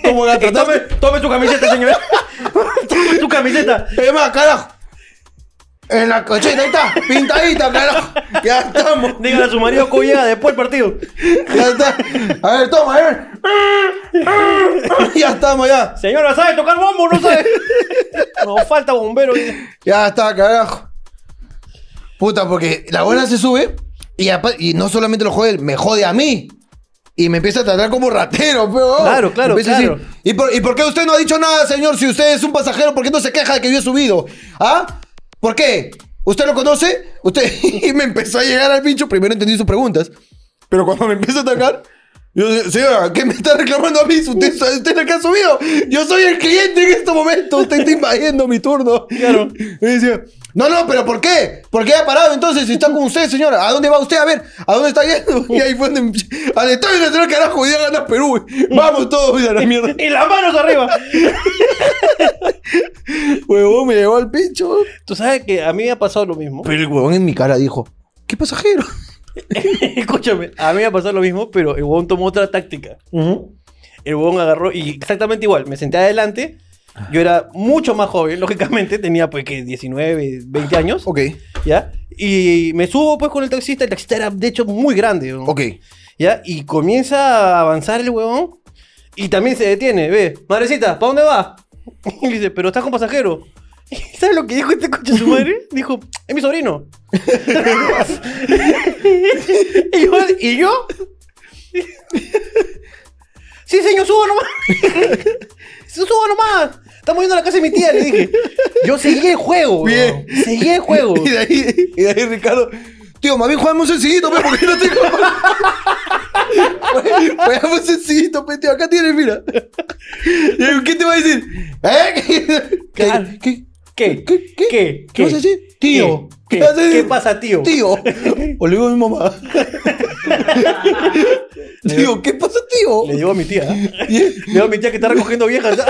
[SPEAKER 5] como a
[SPEAKER 4] Eh,
[SPEAKER 5] tratarme.
[SPEAKER 4] tome, tome su camiseta, señora. tome su camiseta.
[SPEAKER 5] Es más, carajo. En la cocheta, ahí está, pintadita, carajo. Ya estamos,
[SPEAKER 4] Dígale a su marido cuya después del partido.
[SPEAKER 5] ya está. A ver, toma, a ver. Ya estamos, ya.
[SPEAKER 4] Señora, ¿sabe tocar bombo? No sabe. Nos falta bombero.
[SPEAKER 5] Ya está, carajo. Puta, porque la buena se sube y, apa- y no solamente lo jode él, me jode a mí. Y me empieza a tratar como ratero, pero.
[SPEAKER 4] Claro, claro,
[SPEAKER 5] Empieza a decir,
[SPEAKER 4] claro.
[SPEAKER 5] ¿Y, por, y por qué usted no ha dicho nada, señor? Si usted es un pasajero, ¿por qué no se queja de que yo he subido? ¿Ah? ¿Por qué? ¿Usted lo conoce? Usted. y me empezó a llegar al pincho. Primero entendí sus preguntas. Pero cuando me empieza a atacar. Yo, señora, ¿qué me está reclamando a mí? Usted, usted es la que ha subido. Yo soy el cliente en este momento. Usted está invadiendo mi turno. Claro. Y decía, no, no, pero ¿por qué? ¿Por qué ha parado entonces si está con usted, señora? ¿A dónde va usted? A ver, ¿a dónde está yendo? Y ahí fue donde... Al Estadio Nacional, carajo, hoy día gana Perú. Vamos todos a la mierda.
[SPEAKER 4] Y las manos arriba.
[SPEAKER 5] Huevón, me llevó al pincho. huevón.
[SPEAKER 4] Tú sabes que a mí me ha pasado lo mismo.
[SPEAKER 5] Pero el huevón en mi cara dijo, ¿qué pasajero?
[SPEAKER 4] Escúchame, a mí me ha pasado lo mismo, pero el huevón tomó otra táctica. El huevón agarró y exactamente igual, me senté adelante.
[SPEAKER 5] Ah.
[SPEAKER 4] Yo era mucho más joven, lógicamente, tenía pues que 19, 20 años,
[SPEAKER 5] Ok,
[SPEAKER 4] ¿ya? Y me subo pues con el taxista, el taxista era de hecho muy grande, ¿no?
[SPEAKER 5] ok.
[SPEAKER 4] ¿ya? Y comienza a avanzar el huevón y también se detiene, ve, madrecita, ¿para dónde va? Y le dice, pero estás con pasajero. ¿Y ¿Sabes lo que dijo este coche su madre? Dijo, es mi sobrino. y, yo, y yo, sí, señor, suba nomás. Sí, suba nomás. Estamos yendo a la casa de mi tía, le dije. Yo seguí el juego.
[SPEAKER 5] Bien.
[SPEAKER 4] weón. Seguí el juego.
[SPEAKER 5] Y de ahí, y de ahí Ricardo, tío, más bien jugamos sencillito, pe, porque no tengo. Jugamos sencillito, pe, pues, tío, acá tienes, mira. Y yo, ¿Qué te va a decir? ¿Eh? ¿Qué?
[SPEAKER 4] Claro.
[SPEAKER 5] ¿Qué?
[SPEAKER 4] ¿Qué?
[SPEAKER 5] ¿Qué? ¿Qué?
[SPEAKER 4] ¿Qué?
[SPEAKER 5] ¿Qué vas a decir? Tío.
[SPEAKER 4] ¿Qué?
[SPEAKER 5] vas a decir?
[SPEAKER 4] ¿Qué pasa, tío?
[SPEAKER 5] Tío. O le digo a mi mamá. tío, ¿qué pasa, tío?
[SPEAKER 4] Le digo a mi tía.
[SPEAKER 5] Y,
[SPEAKER 4] Le digo a mi tía que está recogiendo viejas. ¿ah?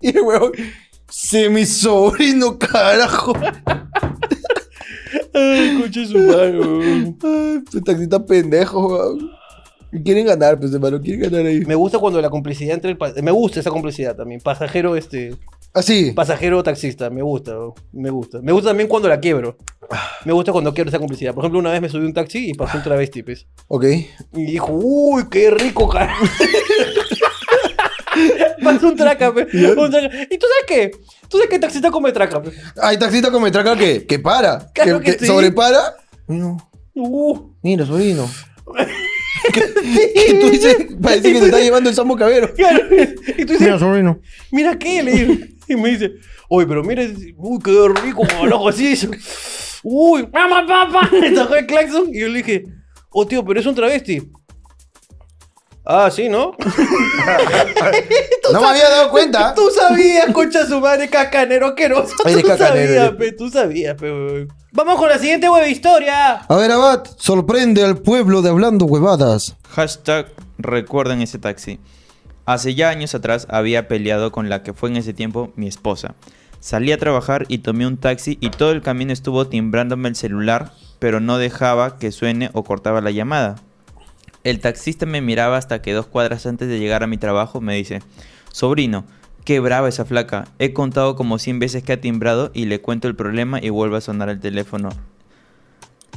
[SPEAKER 5] y el huevón, se mi sobrino, carajo.
[SPEAKER 4] Ay, coche su madre, weón.
[SPEAKER 5] Ay, tu Pues, taxista pendejo, weón. Y Quieren ganar, pues, hermano, quieren ganar ahí.
[SPEAKER 4] Me gusta cuando la complicidad entre el pa- me gusta esa complicidad también. Pasajero este,
[SPEAKER 5] Así.
[SPEAKER 4] pasajero taxista, me gusta, weón. me gusta. Me gusta también cuando la quiebro. Me gusta cuando quiebro esa complicidad. Por ejemplo, una vez me subí a un taxi y pasó un travesti, pues.
[SPEAKER 5] Ok.
[SPEAKER 4] Y dijo, "Uy, qué rico, cara." pasó un traca, pues. Un traca. ¿Y tú sabes qué? ¿Tú sabes qué taxista come traca? pues?
[SPEAKER 5] Hay taxista con metraca que, que para.
[SPEAKER 4] Claro
[SPEAKER 5] que,
[SPEAKER 4] que sí.
[SPEAKER 5] sobrepara. No.
[SPEAKER 4] Uh.
[SPEAKER 5] Mira, sobrino. Y tú dices, parece que te está llevando el Sambo Cabero.
[SPEAKER 4] Claro. Y tú dices,
[SPEAKER 5] sobrino.
[SPEAKER 4] mira qué, le digo. Y me dice, oye, pero mira, ese- uy, qué rico con el ojo así. dice, Uy, mamá, papá. Me tocó el claxon. Y yo le dije, oh, tío, pero es un travesti. Ah, sí, ¿no?
[SPEAKER 5] No me había dado cuenta.
[SPEAKER 4] Tú sabías, concha su madre, cacanero asqueroso.
[SPEAKER 5] Eres
[SPEAKER 4] Tú
[SPEAKER 5] cacanero,
[SPEAKER 4] sabías,
[SPEAKER 5] eres.
[SPEAKER 4] pe, tú sabías, pe, weón. Vamos con la siguiente web historia.
[SPEAKER 5] A ver, Abad, sorprende al pueblo de hablando huevadas.
[SPEAKER 7] Hashtag recuerden ese taxi. Hace ya años atrás había peleado con la que fue en ese tiempo mi esposa. Salí a trabajar y tomé un taxi y todo el camino estuvo timbrándome el celular, pero no dejaba que suene o cortaba la llamada. El taxista me miraba hasta que dos cuadras antes de llegar a mi trabajo me dice, sobrino, qué brava esa flaca, he contado como 100 veces que ha timbrado y le cuento el problema y vuelve a sonar el teléfono.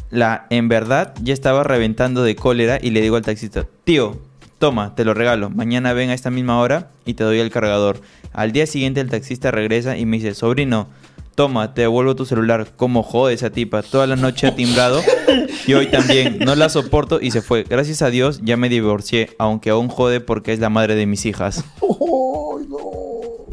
[SPEAKER 7] La, en verdad, ya estaba reventando de cólera y le digo al taxista, tío, toma, te lo regalo, mañana ven a esta misma hora y te doy el cargador. Al día siguiente el taxista regresa y me dice, sobrino, toma, te devuelvo tu celular, como jode esa tipa, toda la noche ha timbrado y hoy también, no la soporto y se fue. Gracias a Dios ya me divorcié, aunque aún jode porque es la madre de mis hijas.
[SPEAKER 5] ¡Ay, no!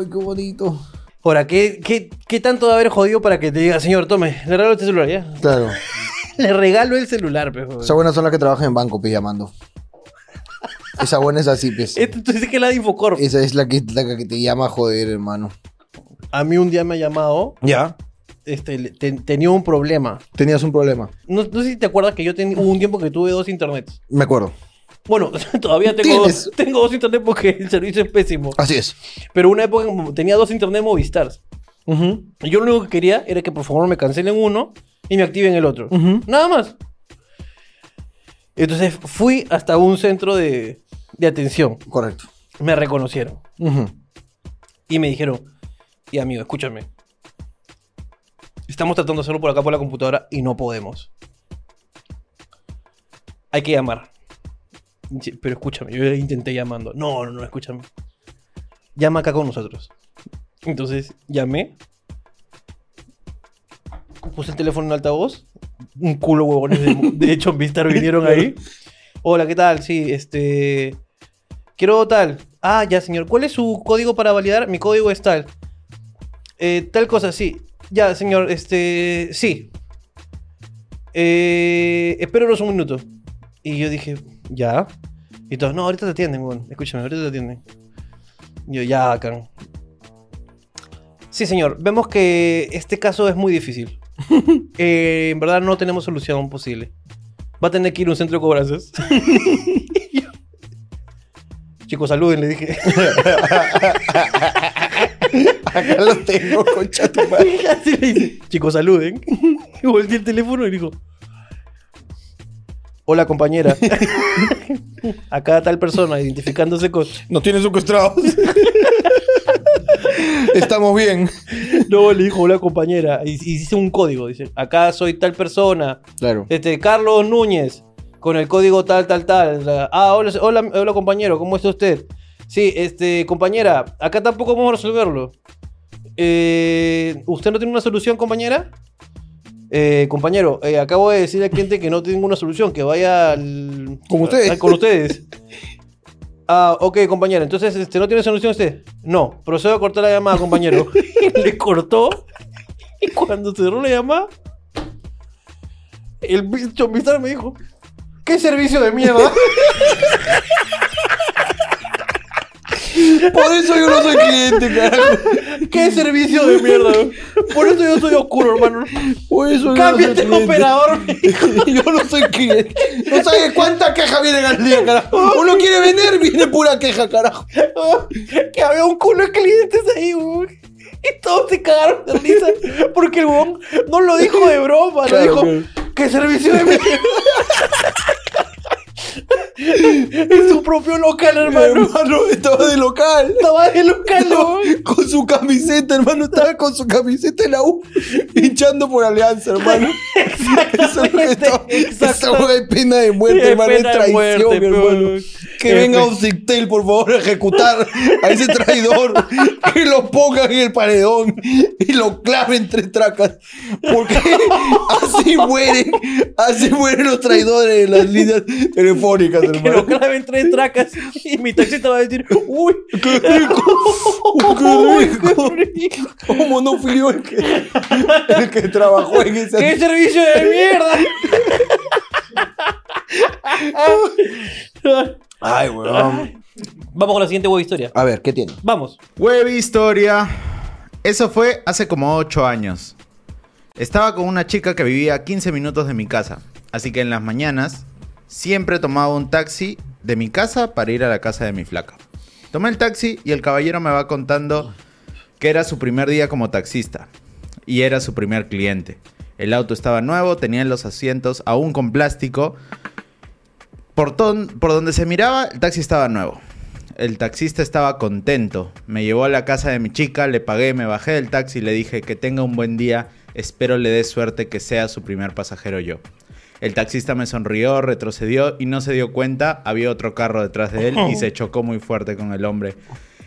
[SPEAKER 5] ¡Ay, qué bonito!
[SPEAKER 4] Ahora, ¿qué, qué, qué tanto va a haber jodido para que te diga, señor, tome, le regalo este celular ya?
[SPEAKER 5] Claro.
[SPEAKER 4] Le regalo el celular, pe, weón.
[SPEAKER 5] Esas buenas son las que trabajan en banco, pe, llamando. Esa buena es así, pues.
[SPEAKER 4] Esto Este, tú dices que es la de Infocorp.
[SPEAKER 5] Esa es la que, la que te llama a joder, hermano.
[SPEAKER 4] A mí un día me ha llamado,
[SPEAKER 5] Ya.
[SPEAKER 4] este, le- ten- tenía un problema.
[SPEAKER 5] Tenías un problema.
[SPEAKER 4] No, no sé si te acuerdas que yo ten- hubo un tiempo que tuve dos internets.
[SPEAKER 5] Me acuerdo.
[SPEAKER 4] Bueno, todavía tengo dos,
[SPEAKER 5] Tienes.
[SPEAKER 4] tengo dos internet porque el servicio es pésimo.
[SPEAKER 5] Así es.
[SPEAKER 4] Pero una época como tenía dos internet Movistars. Y yo lo único que quería era que por favor me cancelen uno y me activen el otro. Nada más. Entonces fui hasta un centro de, de atención.
[SPEAKER 5] Correcto.
[SPEAKER 4] Me reconocieron.
[SPEAKER 5] Ujú.
[SPEAKER 4] Y me dijeron, y amigo, escúchame. Estamos tratando de hacerlo por acá por la computadora y no podemos. Hay que llamar. Sí, Pero escúchame, yo intenté llamando. No, no, no, escúchame. Llama acá con nosotros. Entonces llamé. Puse el teléfono en altavoz. Un culo huevones de, de Chomvistar vinieron ahí. Hola, ¿qué tal? Sí, este. Quiero tal. Ah, ya, señor. ¿Cuál es su código para validar? Mi código es tal. Eh, tal cosa, sí. Ya, señor, este. Sí. Eh, espérenos un minuto. Y yo dije, ya. Y todos, no, ahorita te atienden, weón. Escúchame, ahorita te atienden. Y yo, ya, acá. Sí, señor. Vemos que este caso es muy difícil. Eh, en verdad no tenemos solución posible. Va a tener que ir a un centro de cobranzas. Chicos, saluden, le dije.
[SPEAKER 5] Acá lo tengo, concha tu madre.
[SPEAKER 4] Así le dice, chicos, saluden. Y volteé el teléfono y dijo, hola compañera. Acá tal persona identificándose con...
[SPEAKER 5] Nos tienen secuestrados. Estamos bien.
[SPEAKER 4] No, le dijo, hola compañera. Y, y dice un código, dice, acá soy tal persona.
[SPEAKER 5] Claro.
[SPEAKER 4] Este, Carlos Núñez, con el código tal, tal, tal. La- Ah, hola, hola, hola, compañero, ¿cómo está usted? Sí, este, compañera, acá tampoco vamos a resolverlo. Eh, ¿Usted no tiene una solución, compañera? Eh, compañero, eh, acabo de decirle al cliente que no tiene ninguna solución, que vaya al-
[SPEAKER 5] Con ustedes.
[SPEAKER 4] a- con ustedes. Ah, ok, compañera, entonces, este, ¿no tiene solución usted? No, procedo a cortar la llamada, compañero. Le cortó y cuando cerró la llamada, el bicho Mizar me dijo: ¿Qué servicio de mierda?
[SPEAKER 5] Por eso yo no soy cliente, carajo.
[SPEAKER 4] ¿Qué servicio de mierda? Por eso yo soy oscuro, hermano.
[SPEAKER 5] Por eso yo
[SPEAKER 4] Cámbiate
[SPEAKER 5] no soy
[SPEAKER 4] de operador.
[SPEAKER 5] cliente. Yo no soy cliente. No sabes cuántas quejas vienen al día, carajo. Uno quiere vender, viene pura queja, carajo.
[SPEAKER 4] que había un culo de clientes ahí, weón. Y todos se cagaron de risa. Porque el weón no lo dijo de broma,
[SPEAKER 5] Claro,
[SPEAKER 4] lo dijo. ¿Qué servicio de mierda? en su propio local, hermano.
[SPEAKER 5] Hermano, estaba de local.
[SPEAKER 4] Estaba de local,
[SPEAKER 5] Estaba
[SPEAKER 4] weón.
[SPEAKER 5] Con su camiseta, hermano, estaba con su camiseta en la U, hinchando por Alianza, hermano. Eso es lo que estaba-
[SPEAKER 4] Exactamente,
[SPEAKER 5] Esa hueá de pena de muerte,
[SPEAKER 4] De
[SPEAKER 5] hermano, es
[SPEAKER 4] pena de
[SPEAKER 5] traición,
[SPEAKER 4] muerte,
[SPEAKER 5] hermano.
[SPEAKER 4] weón.
[SPEAKER 5] Qué que venga Obsictel, por favor, a ejecutar a ese traidor. Que lo pongan en el paredón y lo claven tres tracas. Porque así mueren, así mueren los traidores en las líneas telefónicas,
[SPEAKER 4] Que lo
[SPEAKER 5] hermano.
[SPEAKER 4] claven tres tracas y mi taxista va a decir, uy,
[SPEAKER 5] ¡Qué rico! ¡Qué rico! ¿Cómo no fui yo el que, el que trabajó en esa
[SPEAKER 4] qué servicio de mierda.
[SPEAKER 5] Ay, weón.
[SPEAKER 4] Vamos con la siguiente web historia.
[SPEAKER 5] A ver, ¿qué tiene?
[SPEAKER 4] Vamos.
[SPEAKER 8] Web historia. Eso fue hace como 8 años. Estaba con una chica que vivía a 15 minutos de mi casa. Así que en las mañanas siempre tomaba un taxi de mi casa para ir a la casa de mi flaca. Tomé el taxi y el caballero me va contando que era su primer día como taxista. Y era su primer cliente. El auto estaba nuevo, tenía los asientos aún con plástico. Por, ton- por donde se miraba, el taxi estaba nuevo. El taxista estaba contento. Me llevó a la casa de mi chica, le pagué, me bajé del taxi y le dije que tenga un buen día. Espero le dé suerte que sea su primer pasajero yo. El taxista me sonrió, retrocedió y no se dio cuenta. Había otro carro detrás de él y se chocó muy fuerte con el hombre.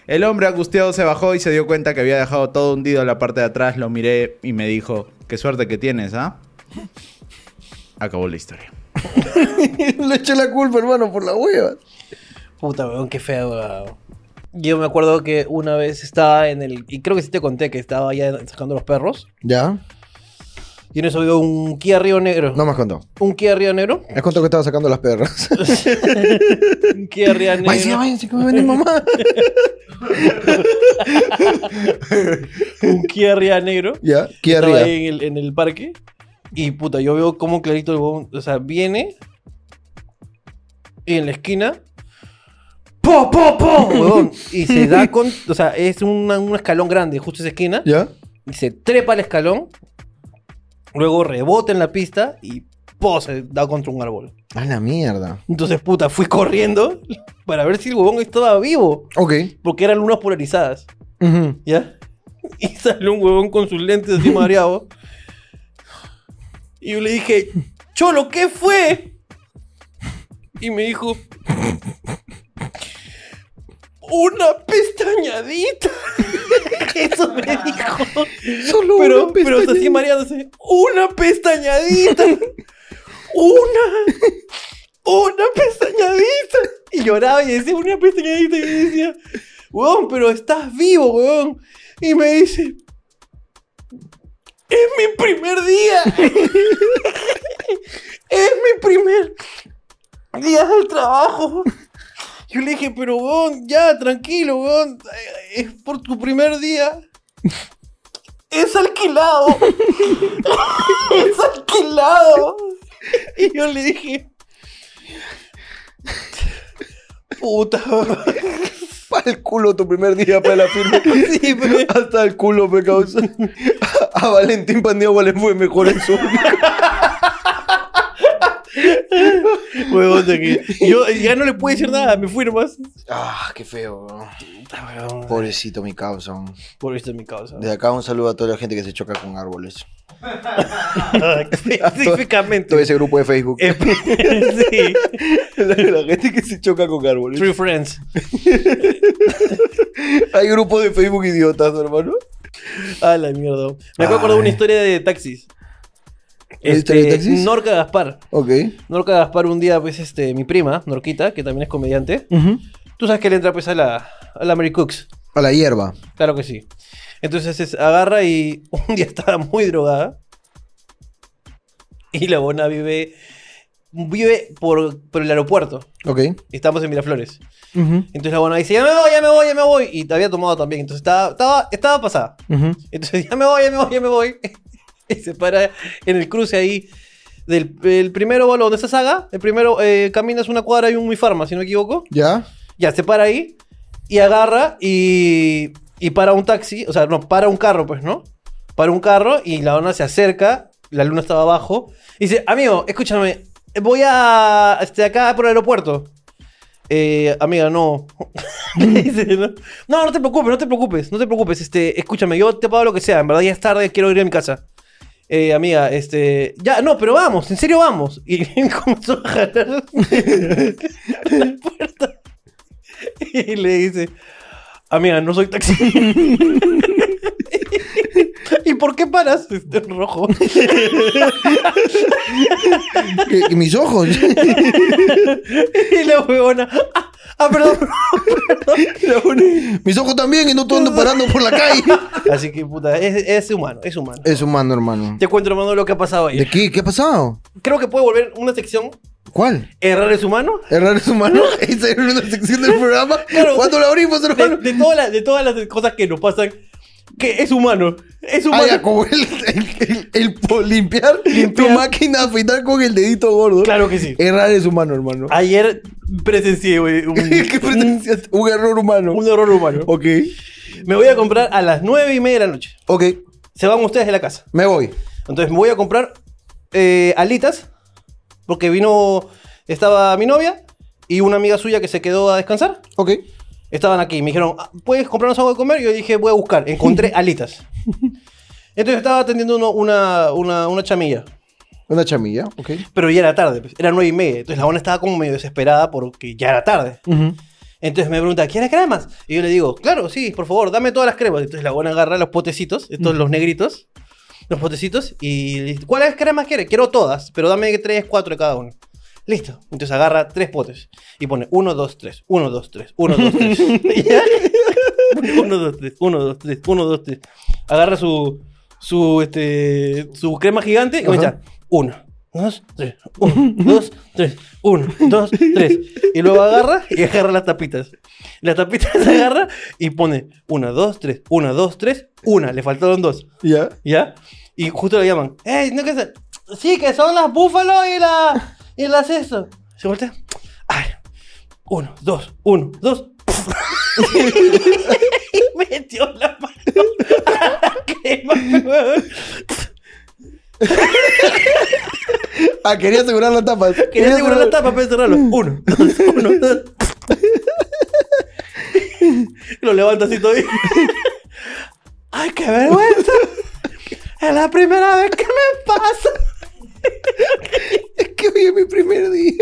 [SPEAKER 8] El hombre angustiado se bajó y se dio cuenta que había dejado todo hundido en la parte de atrás. Lo miré y me dijo, qué suerte que tienes, ¿ah? Acabó la historia.
[SPEAKER 5] Le eché la culpa, hermano, por la hueva.
[SPEAKER 4] Puta, weón, qué feo, weón. Yo me acuerdo que una vez estaba en el. Y creo que sí te conté que estaba ya sacando los perros.
[SPEAKER 5] ¿Ya?
[SPEAKER 4] Y en eso veo un Kia Río Negro.
[SPEAKER 5] No me has contado.
[SPEAKER 4] Un Kia Río Negro.
[SPEAKER 5] Me has contado que estaba sacando las perras.
[SPEAKER 4] Un Kia Río Negro.
[SPEAKER 5] Váyanse, váyanse, que me viene mamá.
[SPEAKER 4] un Kia Río Negro.
[SPEAKER 5] ¿Ya? ¿Qué
[SPEAKER 4] Estaba
[SPEAKER 5] arriba?
[SPEAKER 4] ahí en el, en el parque. Y puta, yo veo como clarito el huevón. O sea, viene. Y en la esquina. ¡Po, po, po! huevón, y se da con. O sea, es una- un escalón grande, justo esa esquina.
[SPEAKER 5] ¿Ya?
[SPEAKER 4] y se trepa al escalón, luego rebota en la pista y ¡po! se da contra un árbol.
[SPEAKER 5] A la mierda.
[SPEAKER 4] Entonces, puta, fui corriendo para ver si el huevón estaba vivo,
[SPEAKER 5] Ok.
[SPEAKER 4] porque eran lunas polarizadas,
[SPEAKER 5] Ujú.
[SPEAKER 4] ¿ya? Y salió un huevón con sus lentes así mareado. Y yo le dije, Cholo, ¿qué fue? Y me dijo, una pestañadita. Eso me dijo.
[SPEAKER 5] Solo
[SPEAKER 4] Pero,
[SPEAKER 5] una
[SPEAKER 4] pero está así
[SPEAKER 5] pestaña.
[SPEAKER 4] mareándose. Una pestañadita. una. Una pestañadita. Y lloraba y decía, una pestañadita. Y yo decía, weón, pero estás vivo, weón. Y me dice, es mi primer día. es mi primer día del trabajo. Yo le dije, pero weón, ya, tranquilo, weón. Es por tu primer día. Es alquilado. es alquilado. Y yo le dije. Puta.
[SPEAKER 5] Para el culo tu primer día para la firma.
[SPEAKER 4] Sí, pe.
[SPEAKER 5] Hasta el culo me causa. A Valentín Pandiagua le fue mejor en su.
[SPEAKER 4] Huevón de aquí. Yo ya no le pude decir nada, me fui nomás.
[SPEAKER 5] Ah, qué feo. weón.
[SPEAKER 4] Puta, huevón.
[SPEAKER 5] Pobrecito mi causa. weón.
[SPEAKER 4] Ah, Por esto es mi causa.
[SPEAKER 5] Desde acá un saludo a toda la gente que se choca con árboles.
[SPEAKER 4] Específicamente.
[SPEAKER 5] Todo ese grupo de Facebook.
[SPEAKER 4] Espe- sí.
[SPEAKER 5] la, la gente que se choca con árboles.
[SPEAKER 4] True Friends.
[SPEAKER 5] Hay grupos de Facebook idiotas, hermano.
[SPEAKER 4] A la mierda. Me acuerdo de una
[SPEAKER 5] Ay.
[SPEAKER 4] historia de taxis.
[SPEAKER 5] ¿Una historia de
[SPEAKER 4] Este,
[SPEAKER 5] taxis?
[SPEAKER 4] Norca Gaspar.
[SPEAKER 5] Ok.
[SPEAKER 4] Norca Gaspar un día, pues, este, mi prima, Norquita, que también es comediante. Tú sabes que le entra, pues, a la, a la Mary Cooks.
[SPEAKER 5] A la hierba.
[SPEAKER 4] Claro que sí. Entonces es- agarra y un día estaba muy drogada. Y la bona vive, vive por, por el aeropuerto.
[SPEAKER 5] Ok.
[SPEAKER 4] Estamos en Miraflores. Entonces la bona dice, ya me voy, ya me voy, ya me voy. Y te había tomado también. Entonces estaba, estaba, estaba pasada. Entonces, ya me voy, ya me voy, ya me voy. y se para en el cruce ahí del el primero, bueno, donde está Saga. El primero, eh, caminas una cuadra y un muy farma, si no me equivoco.
[SPEAKER 5] ¿Ya?
[SPEAKER 4] Ya, se para ahí y agarra y, y para un taxi. O sea, no, para un carro, pues, ¿no? Para un carro y la dona se acerca. La luna estaba abajo. Y dice, amigo, escúchame, voy a... Este, acá por el aeropuerto. Eh, amiga, no. Le dice, ¿no? no, no te preocupes, no te preocupes, no te preocupes. Este, escúchame, yo te pago lo que sea. En verdad ya es tarde, quiero ir a mi casa. Eh, amiga, este. Ya, no, pero vamos, en serio vamos. Y comenzó a jalar la puerta. Y le dice, amiga, no soy taxi. ¿Y por qué paras? Este rojo.
[SPEAKER 5] Que- que mis ojos.
[SPEAKER 4] Y la huevona, ah, ah, perdón.
[SPEAKER 5] mis ojos también y no todo ando parando por la calle.
[SPEAKER 4] Así que, puta, es, es humano, es humano.
[SPEAKER 5] Es humano, hermano.
[SPEAKER 4] Te cuento, hermano, lo que ha pasado
[SPEAKER 5] Eh, ¿De
[SPEAKER 4] ahí.
[SPEAKER 5] qué? ¿Qué ha pasado?
[SPEAKER 4] Creo que puede volver una sección,
[SPEAKER 5] ¿Cuál?
[SPEAKER 4] errar es humano.
[SPEAKER 5] ¿Errar es humano? ¿Esa era una sección del programa?
[SPEAKER 4] Claro.
[SPEAKER 5] ¿Cuándo la abrimos,
[SPEAKER 4] De,
[SPEAKER 5] hermano?
[SPEAKER 4] de todas las- de todas las cosas que nos pasan, que es humano. Es
[SPEAKER 5] Ah,
[SPEAKER 4] humano.
[SPEAKER 5] ya, como el, el, el- el po- limpiar, tu máquina afeitar con el dedito gordo.
[SPEAKER 4] Claro que sí.
[SPEAKER 5] Errar es humano, hermano.
[SPEAKER 4] Ayer presencié güey, un,
[SPEAKER 5] ¿Qué presencias? Un error humano.
[SPEAKER 4] un error humano.
[SPEAKER 5] Ok.
[SPEAKER 4] Me voy a comprar a las nueve y media de la noche.
[SPEAKER 5] Ok.
[SPEAKER 4] Se van ustedes de la casa.
[SPEAKER 5] Me voy.
[SPEAKER 4] Entonces me voy a comprar eh, alitas. Porque vino. Estaba mi novia y una amiga suya que se quedó a descansar.
[SPEAKER 5] Ok.
[SPEAKER 4] Estaban aquí. Me dijeron, "Ah, ¿puedes comprarnos algo de comer? Yo dije, voy a buscar. Encontré alitas. Entonces estaba atendiendo uno- una, una, una chamilla.
[SPEAKER 5] Una chamilla. Ok.
[SPEAKER 4] Pero ya era tarde, pues, era nueve y media. Entonces la buena estaba como medio desesperada porque ya era tarde. Entonces me pregunta, ¿quieres cremas? Y yo le digo, claro, sí, por favor, dame todas las cremas. Entonces la buena agarra los potecitos, estos los negritos, los potecitos, y le dice, ¿cuáles cremas quieres? Quiero todas, pero dame tres, cuatro de cada uno. Listo. Entonces agarra tres potes y pone uno, dos, tres, uno, dos, tres, uno, dos, tres. ¿Ya? Pone uno, dos, tres, uno, dos, tres, uno, dos, tres. Agarra su, su, este, su crema gigante y comienza. Uno, dos, tres, uno, dos, tres, uno, dos, tres. Y luego agarra y agarra las tapitas. Las tapitas agarra y pone una, dos, tres, una, dos, tres, una. Le faltaron dos.
[SPEAKER 5] Ya.
[SPEAKER 4] ¿Ya? Y justo le llaman. ¡Ey, no que se... Sí, que son las búfalos y la... y las eso. Se voltea. Ay. Uno, dos, uno, dos. y metió la mano a la crema, weón.
[SPEAKER 5] Ah, quería asegurar las tapas.
[SPEAKER 4] Quería asegurar la tapa para cerrarlo.
[SPEAKER 5] Mm.
[SPEAKER 4] Uno, dos, uno, dos. Lo levanta así todavía. ¡Ay, qué vergüenza! Es la primera vez que me pasa.
[SPEAKER 5] Es que hoy es mi primer día.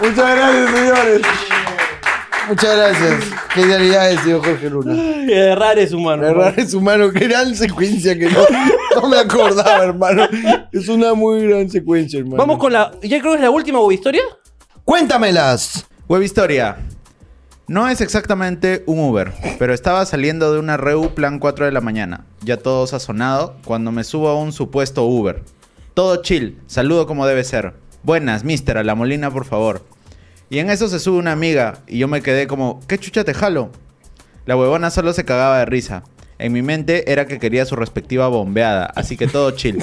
[SPEAKER 5] Muchas gracias, señores. Muchas gracias. Qué idealidad es, señor Jorge Luna.
[SPEAKER 4] Y errar es humano.
[SPEAKER 5] Errar es humano. Qué gran secuencia que no, no me acordaba, hermano. Es una muy gran secuencia, hermano.
[SPEAKER 4] Vamos con la. Ya creo que es la última web historia.
[SPEAKER 5] Cuéntamelas.
[SPEAKER 8] Web historia. No es exactamente un Uber, pero estaba saliendo de una Reu plan 4 de la mañana, ya todo sazonado, cuando me subo a un supuesto Uber. Todo chill, saludo como debe ser. Buenas, mister, a la molina, por favor. Y en eso se sube una amiga, y yo me quedé como, ¿qué chucha te jalo? La huevona solo se cagaba de risa. En mi mente era que quería su respectiva bombeada, así que todo chill.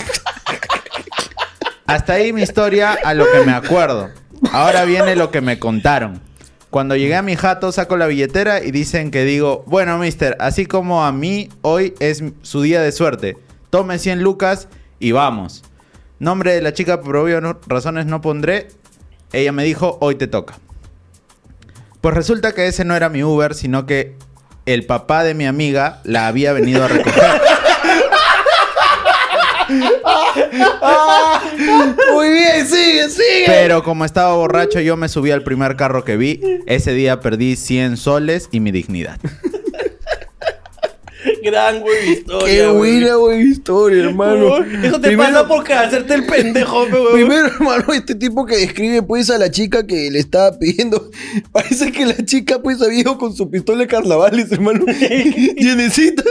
[SPEAKER 8] Hasta ahí mi historia a lo que me acuerdo. Ahora viene lo que me contaron. Cuando llegué a mi jato saco la billetera y dicen que digo, bueno mister, así como a mí hoy es su día de suerte. Tome 100 lucas y vamos. Nombre de la chica por obvias no- razones no pondré. Ella me dijo, hoy te toca. Pues resulta que ese no era mi Uber, sino que el papá de mi amiga la había venido a recoger.
[SPEAKER 5] Muy bien, sigue, sigue.
[SPEAKER 8] Pero como estaba borracho, yo me subí al primer carro que vi. Ese día perdí 100 soles y mi dignidad.
[SPEAKER 4] Gran web historia.
[SPEAKER 5] Qué
[SPEAKER 4] güey.
[SPEAKER 5] buena, buena historia, hermano.
[SPEAKER 4] Huevón, Eso te pasa porque hacerte el pendejo, pe, huevón.
[SPEAKER 5] Primero, hermano, este tipo que describe pues a la chica que le estaba pidiendo. Parece que la chica pues había ido con su pistola de carnavales, hermano. Llenecita.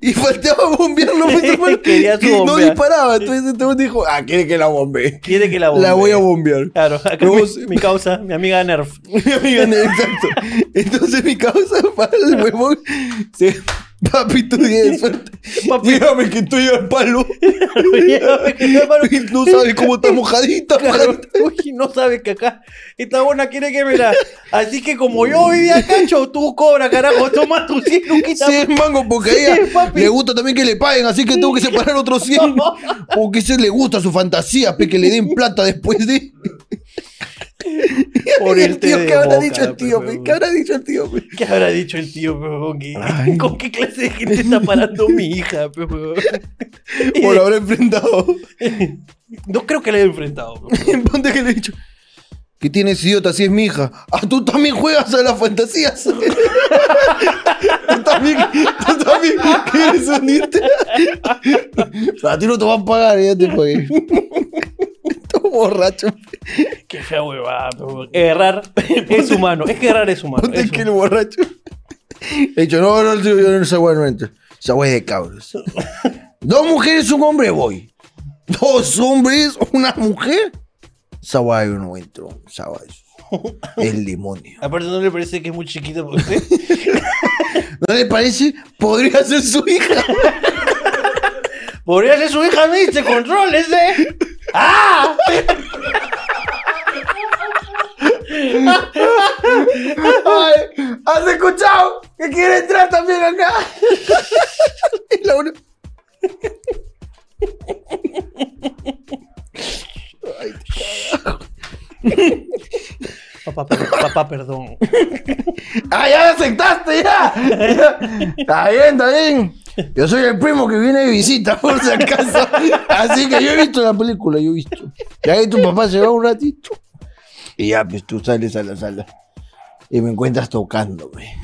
[SPEAKER 5] Y faltaba bombearlo, pues, hermano.
[SPEAKER 4] Quería su
[SPEAKER 5] que no
[SPEAKER 4] bombea.
[SPEAKER 5] disparaba. Entonces este hombre dijo, ah, quiere que la bombee.
[SPEAKER 4] Quiere que la bombee.
[SPEAKER 5] La voy a bombear.
[SPEAKER 4] Claro, acá
[SPEAKER 5] Luego
[SPEAKER 4] mi,
[SPEAKER 5] se-
[SPEAKER 4] mi causa, mi amiga Nerf.
[SPEAKER 5] Mi amiga, exacto. Entonces mi causa para el huevón. se- Papi, tu día de suerte.
[SPEAKER 4] Papi.
[SPEAKER 5] Dígame que estoy al palo.
[SPEAKER 4] Hermano,
[SPEAKER 5] No sabes cómo está mojadita,
[SPEAKER 4] Claro,
[SPEAKER 5] mojadita.
[SPEAKER 4] uy, no sabes que acá esta buena quiere que me la. Así que como yo vivía cacho, tú cobra, carajo, toma tu 100 luquitas.
[SPEAKER 5] Sí, es mango, porque a
[SPEAKER 4] Sí,
[SPEAKER 5] ella
[SPEAKER 4] papi.
[SPEAKER 5] le gusta también que le paguen, así que tengo que separar otros 100. Porque se le gusta su fantasía, pe, que le den plata después de.
[SPEAKER 4] Por el té
[SPEAKER 5] tío,
[SPEAKER 4] de
[SPEAKER 5] ¿qué habrá
[SPEAKER 4] boca,
[SPEAKER 5] dicho el
[SPEAKER 4] pe,
[SPEAKER 5] tío, pe?
[SPEAKER 4] huevón.
[SPEAKER 5] ¿Qué habrá dicho el tío, pe?
[SPEAKER 4] ¿Qué habrá dicho el tío, pe, huevón? ¿Qué- ¿Con qué clase de gente está parando mi hija, pe, huevón? Y
[SPEAKER 5] O
[SPEAKER 4] de-
[SPEAKER 5] lo habrá enfrentado.
[SPEAKER 4] No creo que le haya enfrentado.
[SPEAKER 5] Ponte que le he dicho. ¿Qué tienes, idiota? Así es mi hija. Ah, tú también juegas a las fantasías. tú también, tú también quieres unirte. a ti no te van a pagar, ya te pagué. Tú borracho.
[SPEAKER 4] Qué fea huevada, pe, huevón. Errar es humano. Es que errar es humano.
[SPEAKER 5] Ponte
[SPEAKER 4] es
[SPEAKER 5] que el
[SPEAKER 4] humano.
[SPEAKER 5] borracho. He dicho, no, no, tío, yo no esa hueá no entro. Esa hueá es de cabros. Dos mujeres, un hombre, voy. Dos hombres, una mujer. Esa hueá yo no entro. Esa hueá es el demonio.
[SPEAKER 4] Aparte, ¿no le parece que es muy chiquita para usted?
[SPEAKER 5] ¿No le parece? Podría ser su hija.
[SPEAKER 4] Podría ser su hija, ¿eh? me dice, contrólese. ¡Ah!
[SPEAKER 5] Ay, ¿Has escuchado? Que quiere entrar también acá. Y la una-
[SPEAKER 4] Papá, per- papá, perdón.
[SPEAKER 5] ¡Ah, ya me aceptaste! Ya. Ya. Está bien, está bien. Yo soy el primo que viene de visita, por si acaso. Así que yo he visto la película, yo he visto. Y ahí tu papá se va un ratito. Y ya, pues tú sales a la sala. Y me encuentras tocándome.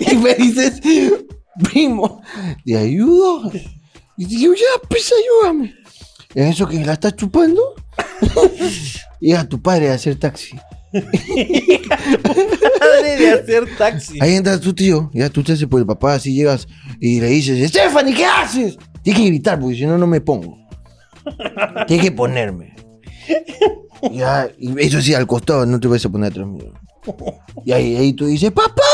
[SPEAKER 5] y me dices, primo, ¿te ayudo? Y digo, ya, pues ayúdame. En eso que la estás chupando, llega tu padre a hacer taxi.
[SPEAKER 4] Padre de hacer taxi.
[SPEAKER 5] Ahí entra tu tío, ya tú te haces por el papá, así llegas y le dices, Stephanie, ¿qué haces? Tienes que gritar, porque si no, no me pongo. Tienes que ponerme. Ya, y eso sí, al costado, no te vas a poner atrás mío. Y ahí, ahí tú dices, ¡papá!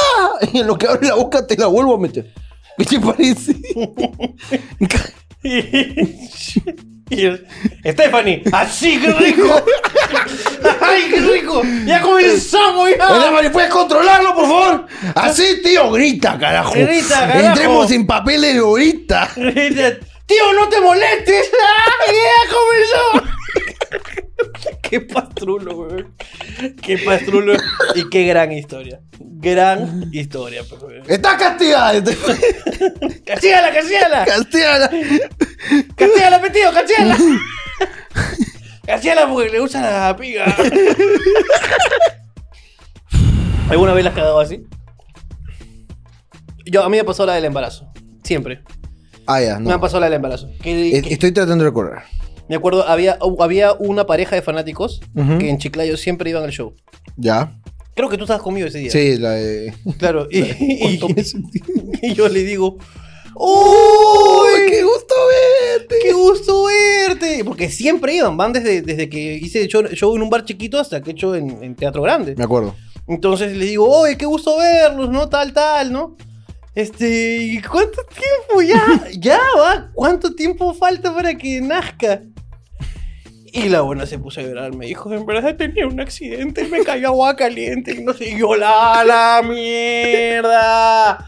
[SPEAKER 5] Y en lo que abre la boca te la vuelvo a meter. ¿Qué te parece?
[SPEAKER 4] Y el- Stephanie, así que rico. ¡Ay, qué rico! ¡Ya comenzamos
[SPEAKER 5] Oye,
[SPEAKER 4] ya!
[SPEAKER 5] Mari, ¿puedes controlarlo, por favor? Así, tío, grita, carajo.
[SPEAKER 4] Grita, carajo.
[SPEAKER 5] Entremos en papeles de ahorita.
[SPEAKER 4] ¡Tío, no te molestes! ¡Ah, ya comenzó! ¡Qué pastrulo, weón! ¡Qué pastrulo! Y qué gran historia. Gran historia, pues, weón.
[SPEAKER 5] Está castigada.
[SPEAKER 4] ¡Cachíala, cachíala!
[SPEAKER 5] Castigada.
[SPEAKER 4] ¡Cachíala, pe, tío, cachíala! ¡Cachíala porque le gustan la piga! ¿Alguna vez la has cagado así? Yo, a mí me pasó la del embarazo. Siempre.
[SPEAKER 5] Ah, ya, no.
[SPEAKER 4] Me han pasado la del embarazo. Que-
[SPEAKER 5] Eh,
[SPEAKER 4] que-
[SPEAKER 5] Estoy tratando de recordar.
[SPEAKER 4] Me acuerdo, había, había una pareja de fanáticos que en Chiclayo siempre iban al show.
[SPEAKER 5] ¿Ya?
[SPEAKER 4] Creo que tú estabas conmigo ese día.
[SPEAKER 5] Sí, la de.
[SPEAKER 4] Claro. Y, y-
[SPEAKER 5] ¿Cuánto me
[SPEAKER 4] y yo le digo,
[SPEAKER 5] ¡Uy! ¡Qué gusto verte!
[SPEAKER 4] ¡qué gusto verte! Porque siempre iban, van desde, desde que hice show, show en un bar chiquito hasta que he hecho en, en teatro grande.
[SPEAKER 5] Me acuerdo.
[SPEAKER 4] Entonces le digo, oye, qué gusto verlos, ¿no? Tal, tal, ¿no? Este, ¿y ¿cuánto tiempo? Ya, ya va, ¿cuánto tiempo falta para que nazca? Y la buena se puso a llorar, me dijo, en verdad tenía un accidente, me cayó agua caliente y no sé, y yo la, la mierda.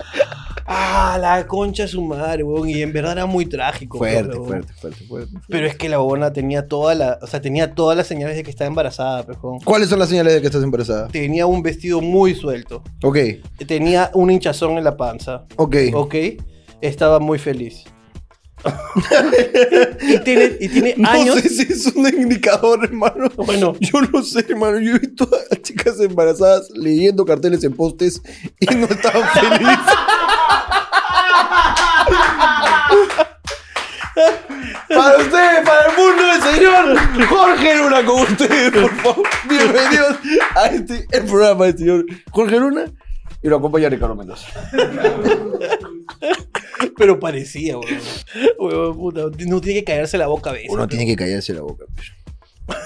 [SPEAKER 4] Ah, la concha de su madre, weón, y en verdad era muy trágico.
[SPEAKER 5] Fuerte,
[SPEAKER 4] weón.
[SPEAKER 5] fuerte, fuerte, fuerte.
[SPEAKER 4] Pero es que la buena tenía toda la, o sea, tenía todas las señales de que estaba embarazada, pejón.
[SPEAKER 5] ¿Cuáles son las señales de que estás embarazada?
[SPEAKER 4] Tenía un vestido muy suelto
[SPEAKER 5] Ok,
[SPEAKER 4] tenía un hinchazón en la panza.
[SPEAKER 5] ok.
[SPEAKER 4] Ok. Estaba muy feliz. y tiene, y tiene años.
[SPEAKER 5] No sé si es un indicador, hermano.
[SPEAKER 4] Bueno,
[SPEAKER 5] Yo no sé, hermano. Yo he visto a chicas embarazadas leyendo carteles en postes y no estaban felices. para ustedes, para el mundo del señor Jorge Luna con ustedes, por favor. Bienvenidos a este el programa del señor Jorge Luna y lo acompaña Ricardo Mendoza.
[SPEAKER 4] pero parecía, weón. Weón, puta, No tiene que caerse la boca a veces.
[SPEAKER 5] Uno tiene que callarse la boca. pues.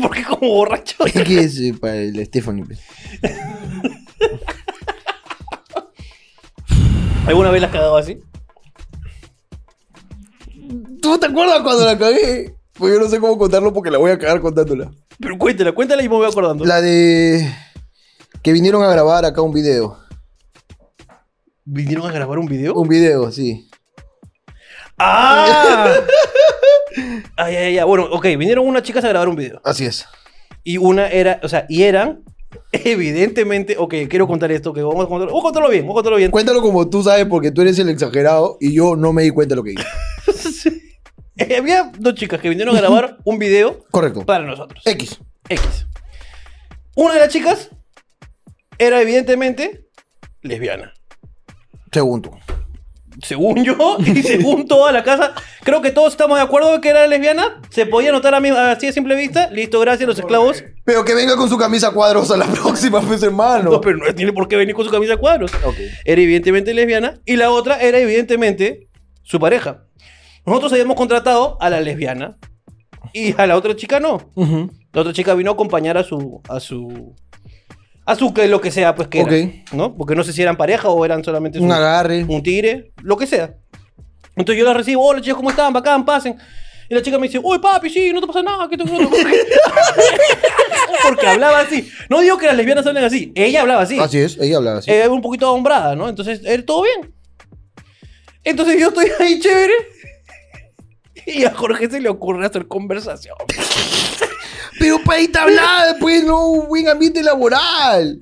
[SPEAKER 4] Porque como borracho.
[SPEAKER 5] Es que es eh, para el Stephanie. pues.
[SPEAKER 4] ¿Alguna vez la has cagado así?
[SPEAKER 5] ¿Tú te acuerdas cuando la cagué? Pues yo no sé cómo contarlo porque la voy a cagar contándola.
[SPEAKER 4] Pero cuéntala, cuéntala y me voy acordando.
[SPEAKER 5] La de. Que vinieron a grabar acá un video.
[SPEAKER 4] ¿Vinieron a grabar un video?
[SPEAKER 5] Un video, sí.
[SPEAKER 4] ¡Ah! ay, ay, ay. Bueno, ok, vinieron unas chicas a grabar un video.
[SPEAKER 5] Así es.
[SPEAKER 4] Y una era, o sea, y eran, evidentemente, ok, quiero contar esto, que vamos a contarlo, vamos a contarlo bien, vamos a contarlo bien.
[SPEAKER 5] Cuéntalo como tú sabes, porque tú eres el exagerado y yo no me di cuenta de lo que hice.
[SPEAKER 4] Eh, había dos chicas que vinieron a grabar un video
[SPEAKER 5] Correcto.
[SPEAKER 4] para nosotros.
[SPEAKER 5] X.
[SPEAKER 4] X. Una de las chicas era evidentemente lesbiana.
[SPEAKER 5] Según tú.
[SPEAKER 4] Según yo y según toda la casa, creo que todos estamos de acuerdo que era lesbiana. Se podía notar a mí- así a simple vista. Listo, gracias, los esclavos.
[SPEAKER 5] Pero que venga con su camisa cuadros a la próxima, pues hermano.
[SPEAKER 4] No, pero no tiene por qué venir con su camisa a cuadros. Era evidentemente lesbiana. Y la otra era evidentemente su pareja. Nosotros habíamos contratado a la lesbiana y a la otra chica no. La otra chica vino a acompañar a su. a su. a su que lo que sea, pues que era,
[SPEAKER 5] Ok.
[SPEAKER 4] ¿No? Porque no sé si eran pareja o eran solamente
[SPEAKER 5] Un
[SPEAKER 4] su-
[SPEAKER 5] agarre.
[SPEAKER 4] un tigre, lo que sea. Entonces yo la recibo, hola chicos, ¿cómo están? Bacán, pasen. Y la chica me dice, uy papi, sí, no te pasa nada, que te Porque hablaba así. No digo que las lesbianas hablen así, ella hablaba así.
[SPEAKER 5] Así es, ella hablaba Ah, así.
[SPEAKER 4] Eh, un poquito ahombrada, ¿no? Entonces, eh, todo bien. Entonces yo estoy ahí chévere. Y a Jorge se le ocurre hacer conversación.
[SPEAKER 5] Pero para ahí tablada, pues no, buen ambiente laboral.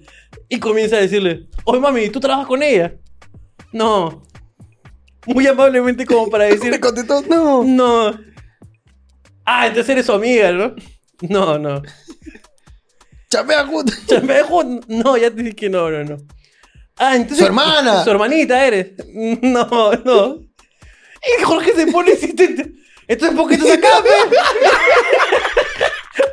[SPEAKER 4] Y comienza a decirle, oye mami, ¿tú trabajas con ella? No. Muy amablemente como para decir,
[SPEAKER 5] Le contestó, no.
[SPEAKER 4] No. Ah, entonces eres su amiga, ¿no? No, no.
[SPEAKER 5] Chapea juntos.
[SPEAKER 4] Chambea jun- No, ya te dije que no, no, no. Ah, entonces.
[SPEAKER 5] Su hermana.
[SPEAKER 4] Su hermanita eres. No, no. Y Jorge se pone insistente. Entonces, ¿por qué estás acá, pe?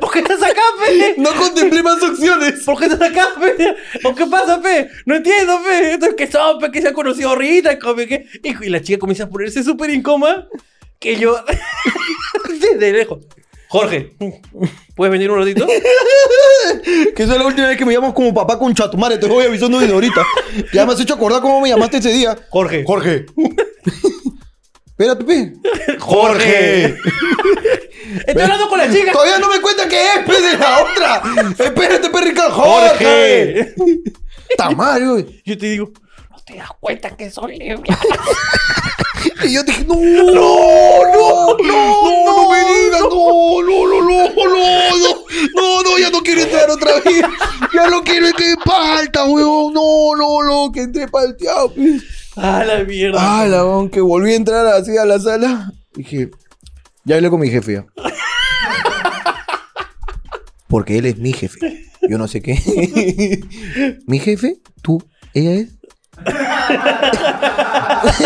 [SPEAKER 4] ¿Por qué estás acá, pe?
[SPEAKER 5] No contemplé más opciones.
[SPEAKER 4] ¿Por qué estás acá, pe? ¿O qué pasa, pe? No entiendo, pe. Entonces, ¿qué son, pe? ¿Que se han conocido ahorita? ¿Cómo que- Y y la chica comienza a ponerse súper incómoda que yo... Desde lejos. Jorge, ¿puedes venir un ratito?
[SPEAKER 5] Que esa es la última vez que me llamas como papá con chatumare. Te voy avisando desde ahorita. Ya me has hecho acordar cómo me llamaste ese día.
[SPEAKER 4] Jorge.
[SPEAKER 5] Jorge. Espérate, pe.
[SPEAKER 4] ¡Jorge! Estoy hablando con la chica.
[SPEAKER 5] Todavía no me cuenta que es, pe, de la otra. Espérate, pe, Ricardo. Jorge.
[SPEAKER 4] ¡Jorge!
[SPEAKER 5] Tamar, güey.
[SPEAKER 4] Yo te digo, no te das cuenta que son libres.
[SPEAKER 5] Y yo dije, no, no, no, no, no, no me digas, no, no, no, no, no, no, no, no, ya no quiero entrar otra vez. Ya no quiero entrar en palta, weón. No, no, no, que entré palteado, pe.
[SPEAKER 4] ¡Ah, la mierda!
[SPEAKER 5] Ah, la weón, que volví a entrar así a la sala. Dije, ya hablé con mi jefe ya. Porque él es mi jefe. Yo no sé qué. ¿Mi jefe? ¿Tú? ¿Ella es?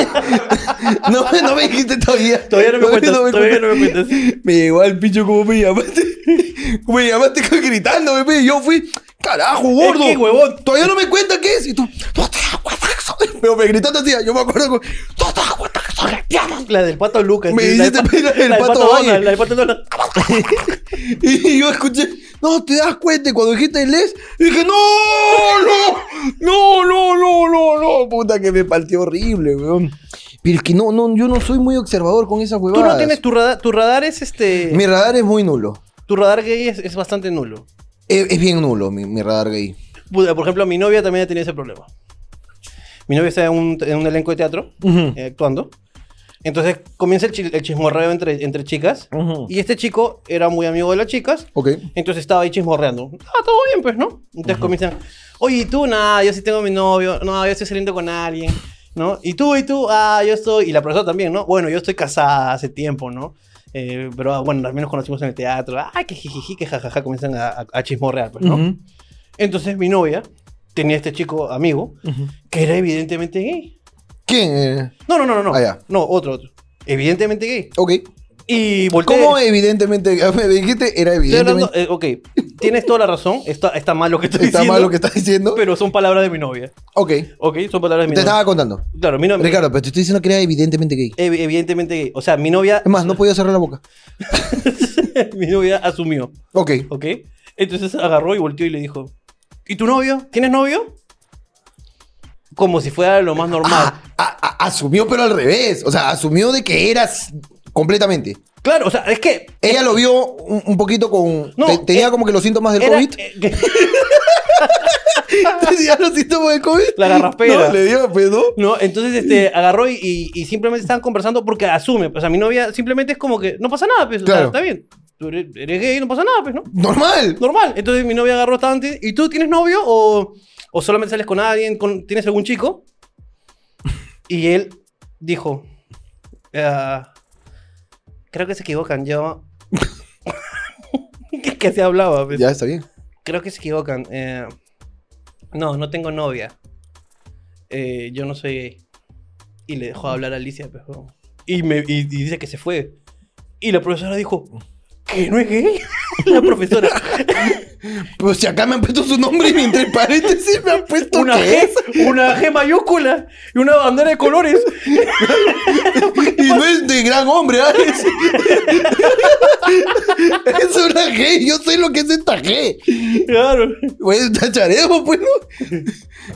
[SPEAKER 5] no, no me dijiste todavía.
[SPEAKER 4] Todavía no me cuentas, todavía no me cuentas.
[SPEAKER 5] Me llegó al pincho como me llamaste. Como me llamaste gritando, bebé. Y Yo fui, carajo, gordo.
[SPEAKER 4] que, huevón.
[SPEAKER 5] Todavía no me cuenta qué es. Y tú, no te das cuenta que soy. Pero me gritaste así. Yo me acuerdo con, no te das cuenta que soy lesbiana.
[SPEAKER 4] La del pato Lucas.
[SPEAKER 5] Me
[SPEAKER 4] sí,
[SPEAKER 5] hiciste pedir la del
[SPEAKER 4] la
[SPEAKER 5] pato Ah, Valle.
[SPEAKER 4] Donald, La del pato Donald.
[SPEAKER 5] Y yo escuché, no te das cuenta. Y cuando dijiste les, dije, no, no, no, no, no, no, no. Puta que me partió horrible, weón. Pero es que no, no, yo no soy muy observador con esas
[SPEAKER 4] Tú
[SPEAKER 5] huevadas.
[SPEAKER 4] no tienes tu radar, tu radar es este.
[SPEAKER 5] Mi radar es muy nulo.
[SPEAKER 4] Tu radar gay es, es bastante nulo.
[SPEAKER 5] Es, es bien nulo mi, mi radar gay.
[SPEAKER 4] Puta, Por ejemplo, mi novia también ha tenido ese problema. Mi novia está en un, en un elenco de teatro, eh, actuando. Entonces comienza el, chi- el chismorreo entre, entre chicas. Y este chico era muy amigo de las chicas.
[SPEAKER 5] Ok.
[SPEAKER 4] Entonces estaba ahí chismorreando. Ah, todo bien, pues, ¿no? Entonces comienzan. Oye, ¿y tú? Nada, yo sí tengo a mi novio. No, yo estoy saliendo con alguien. ¿No? ¿Y tú? ¿Y tú? Ah, yo estoy. Y la profesora también, ¿no? Bueno, yo estoy casada hace tiempo, ¿no? Eh, pero ah, bueno, también nos conocimos en el teatro. Ah, que jijiji, que jajaja. Comienzan a, a- a chismorrear, pues, ¿no? Entonces mi novia tenía este chico amigo que era evidentemente gay.
[SPEAKER 5] ¿Quién? eh?
[SPEAKER 4] No, no, no, no. No,
[SPEAKER 5] Ah, ya.
[SPEAKER 4] no otro, otro. Evidentemente gay.
[SPEAKER 5] Ok.
[SPEAKER 4] Y volteé.
[SPEAKER 5] ¿Cómo evidentemente? Me dijiste, era
[SPEAKER 4] Estoy hablando-
[SPEAKER 5] evidentemente.
[SPEAKER 4] eh, ok, tienes toda la razón. Está, está mal lo que estoy
[SPEAKER 5] Está
[SPEAKER 4] diciendo.
[SPEAKER 5] mal lo que estás diciendo.
[SPEAKER 4] Pero son palabras de mi novia.
[SPEAKER 5] ok. Te
[SPEAKER 4] Ok, son palabras de mi novia.
[SPEAKER 5] estaba contando.
[SPEAKER 4] Claro, mi novia.
[SPEAKER 5] Ricardo, pero te estoy diciendo que era evidentemente gay.
[SPEAKER 4] ev- evidentemente, gay. o sea, mi novia.
[SPEAKER 5] Es más, no podía cerrar la boca.
[SPEAKER 4] mi novia asumió.
[SPEAKER 5] Ok.
[SPEAKER 4] ¿Ok? Entonces agarró y volteó y le dijo: ¿Y tu novio? ¿Tienes novio? Como si fuera lo más normal.
[SPEAKER 5] Ah, ah, ah, asumió, pero al revés. O sea, asumió de que eras completamente.
[SPEAKER 4] Claro, o sea, es que.
[SPEAKER 5] Ella lo vio un, un poquito con.
[SPEAKER 4] No,
[SPEAKER 5] te- tenía
[SPEAKER 4] eh,
[SPEAKER 5] como que los síntomas del
[SPEAKER 4] era-
[SPEAKER 5] COVID.
[SPEAKER 4] eh, que-
[SPEAKER 5] tenía los síntomas del COVID.
[SPEAKER 4] La garrapera.
[SPEAKER 5] No, le dio, pues, ¿no?
[SPEAKER 4] No, entonces este, agarró y, y- y simplemente estaban conversando porque asume. O sea, mi novia simplemente es como que no pasa nada, pues. o sea,
[SPEAKER 5] Claro.
[SPEAKER 4] está bien. Tú eres, eres gay, no pasa nada, pues, ¿no?
[SPEAKER 5] Normal.
[SPEAKER 4] Normal. Entonces mi novia agarró esta antes. ¿Y tú tienes novio o, o solamente sales con alguien? con- ¿Tienes algún chico? Y él dijo: ah, Creo que se equivocan, yo... que se hablaba. pues.
[SPEAKER 5] Ya está bien.
[SPEAKER 4] Creo que se equivocan. eh, No, no tengo novia. Eh, yo no soy gay. Y le dejó hablar a Alicia, pero... Y, me, y- y dice que se fue. Y la profesora dijo, ¿que no es gay? la profesora.
[SPEAKER 5] Pues si acá me han puesto su nombre y entre paréntesis me han puesto
[SPEAKER 4] una
[SPEAKER 5] que
[SPEAKER 4] G, una G mayúscula y una bandera de colores.
[SPEAKER 5] Y no es de gran hombre, ¿ah? Es, es una G. Yo sé lo que es esta G.
[SPEAKER 4] Claro.
[SPEAKER 5] Pues tacharemos, pues, ¿no?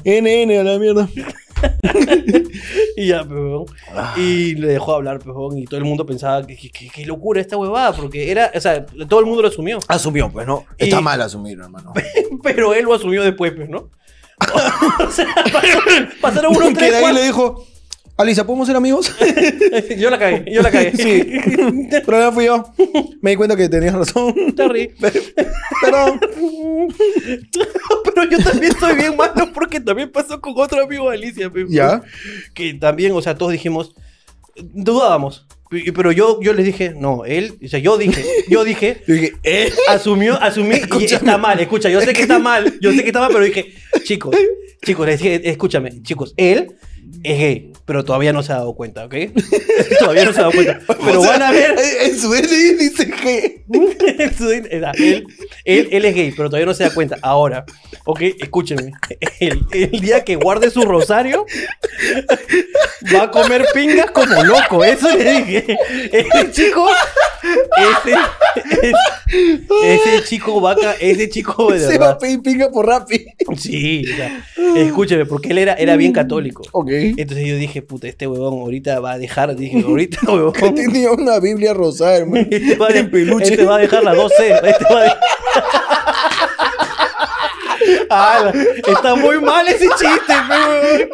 [SPEAKER 5] NN a la mierda.
[SPEAKER 4] Y ya, pejón.
[SPEAKER 5] Ah.
[SPEAKER 4] Y le dejó hablar, pejón. Y todo el mundo pensaba, que que- que- qué locura esta huevada? Porque era, o sea, todo el mundo lo asumió.
[SPEAKER 5] Asumió, pues, ¿no?
[SPEAKER 4] Y-
[SPEAKER 5] Está mal asumir, hermano.
[SPEAKER 4] Pero él lo asumió después, pues, ¿no? o sea, pasaron, pasaron unos
[SPEAKER 5] Porque
[SPEAKER 4] tres,
[SPEAKER 5] de ahí le
[SPEAKER 4] cuatro-
[SPEAKER 5] dijo, Alisa, ¿podemos ser amigos?
[SPEAKER 4] Yo la cagué, yo la cagué.
[SPEAKER 5] Sí. Pero no fui yo. Me di cuenta que tenías razón.
[SPEAKER 4] Terry.
[SPEAKER 5] Pero
[SPEAKER 4] Pero yo también estoy bien malo porque también pasó con otro amigo de Alicia. pe,
[SPEAKER 5] Ya.
[SPEAKER 4] Que también, o sea, todos dijimos, dudábamos. Pe- Pero yo, yo les dije, no, él, o sea, yo dije, yo dije,
[SPEAKER 5] yo dije, ¿eh?
[SPEAKER 4] asumió, asumí y
[SPEAKER 5] Escúchame.
[SPEAKER 4] está mal, escucha, yo sé que está mal, yo sé que está mal, pero dije, chicos, chicos, les dije, escúchame, chicos, él es gay, pero todavía no se ha dado cuenta, ¿ok? todavía no se ha dado cuenta. Pero
[SPEAKER 5] O sea,
[SPEAKER 4] van a ver,
[SPEAKER 5] En en su DNI dice G.
[SPEAKER 4] Su- era, "Ah, él, él- él es gay, pero todavía no se da cuenta. Ahora, ok, escúchenme. El, el día que guarde su rosario, va a comer pingas como loco. Eso le dije. Ese chico. Ese, es- ese chico vaca. Ese chico de
[SPEAKER 5] Se va a
[SPEAKER 4] verdad.
[SPEAKER 5] pedir pinga por Rappi.
[SPEAKER 4] Sí, o sea, escúcheme, porque él era, era
[SPEAKER 5] Mm.
[SPEAKER 4] bien católico.
[SPEAKER 5] Ok.
[SPEAKER 4] Entonces yo dije, puta, este huevón ahorita va a dejar. Dije, ahorita, huevón.
[SPEAKER 5] Que tenía una Biblia rosada, hermano.
[SPEAKER 4] Este va, a de-
[SPEAKER 5] en peluche.
[SPEAKER 4] este va a dejar la 12. Este va a de- Ala, está muy mal ese chiste, weón.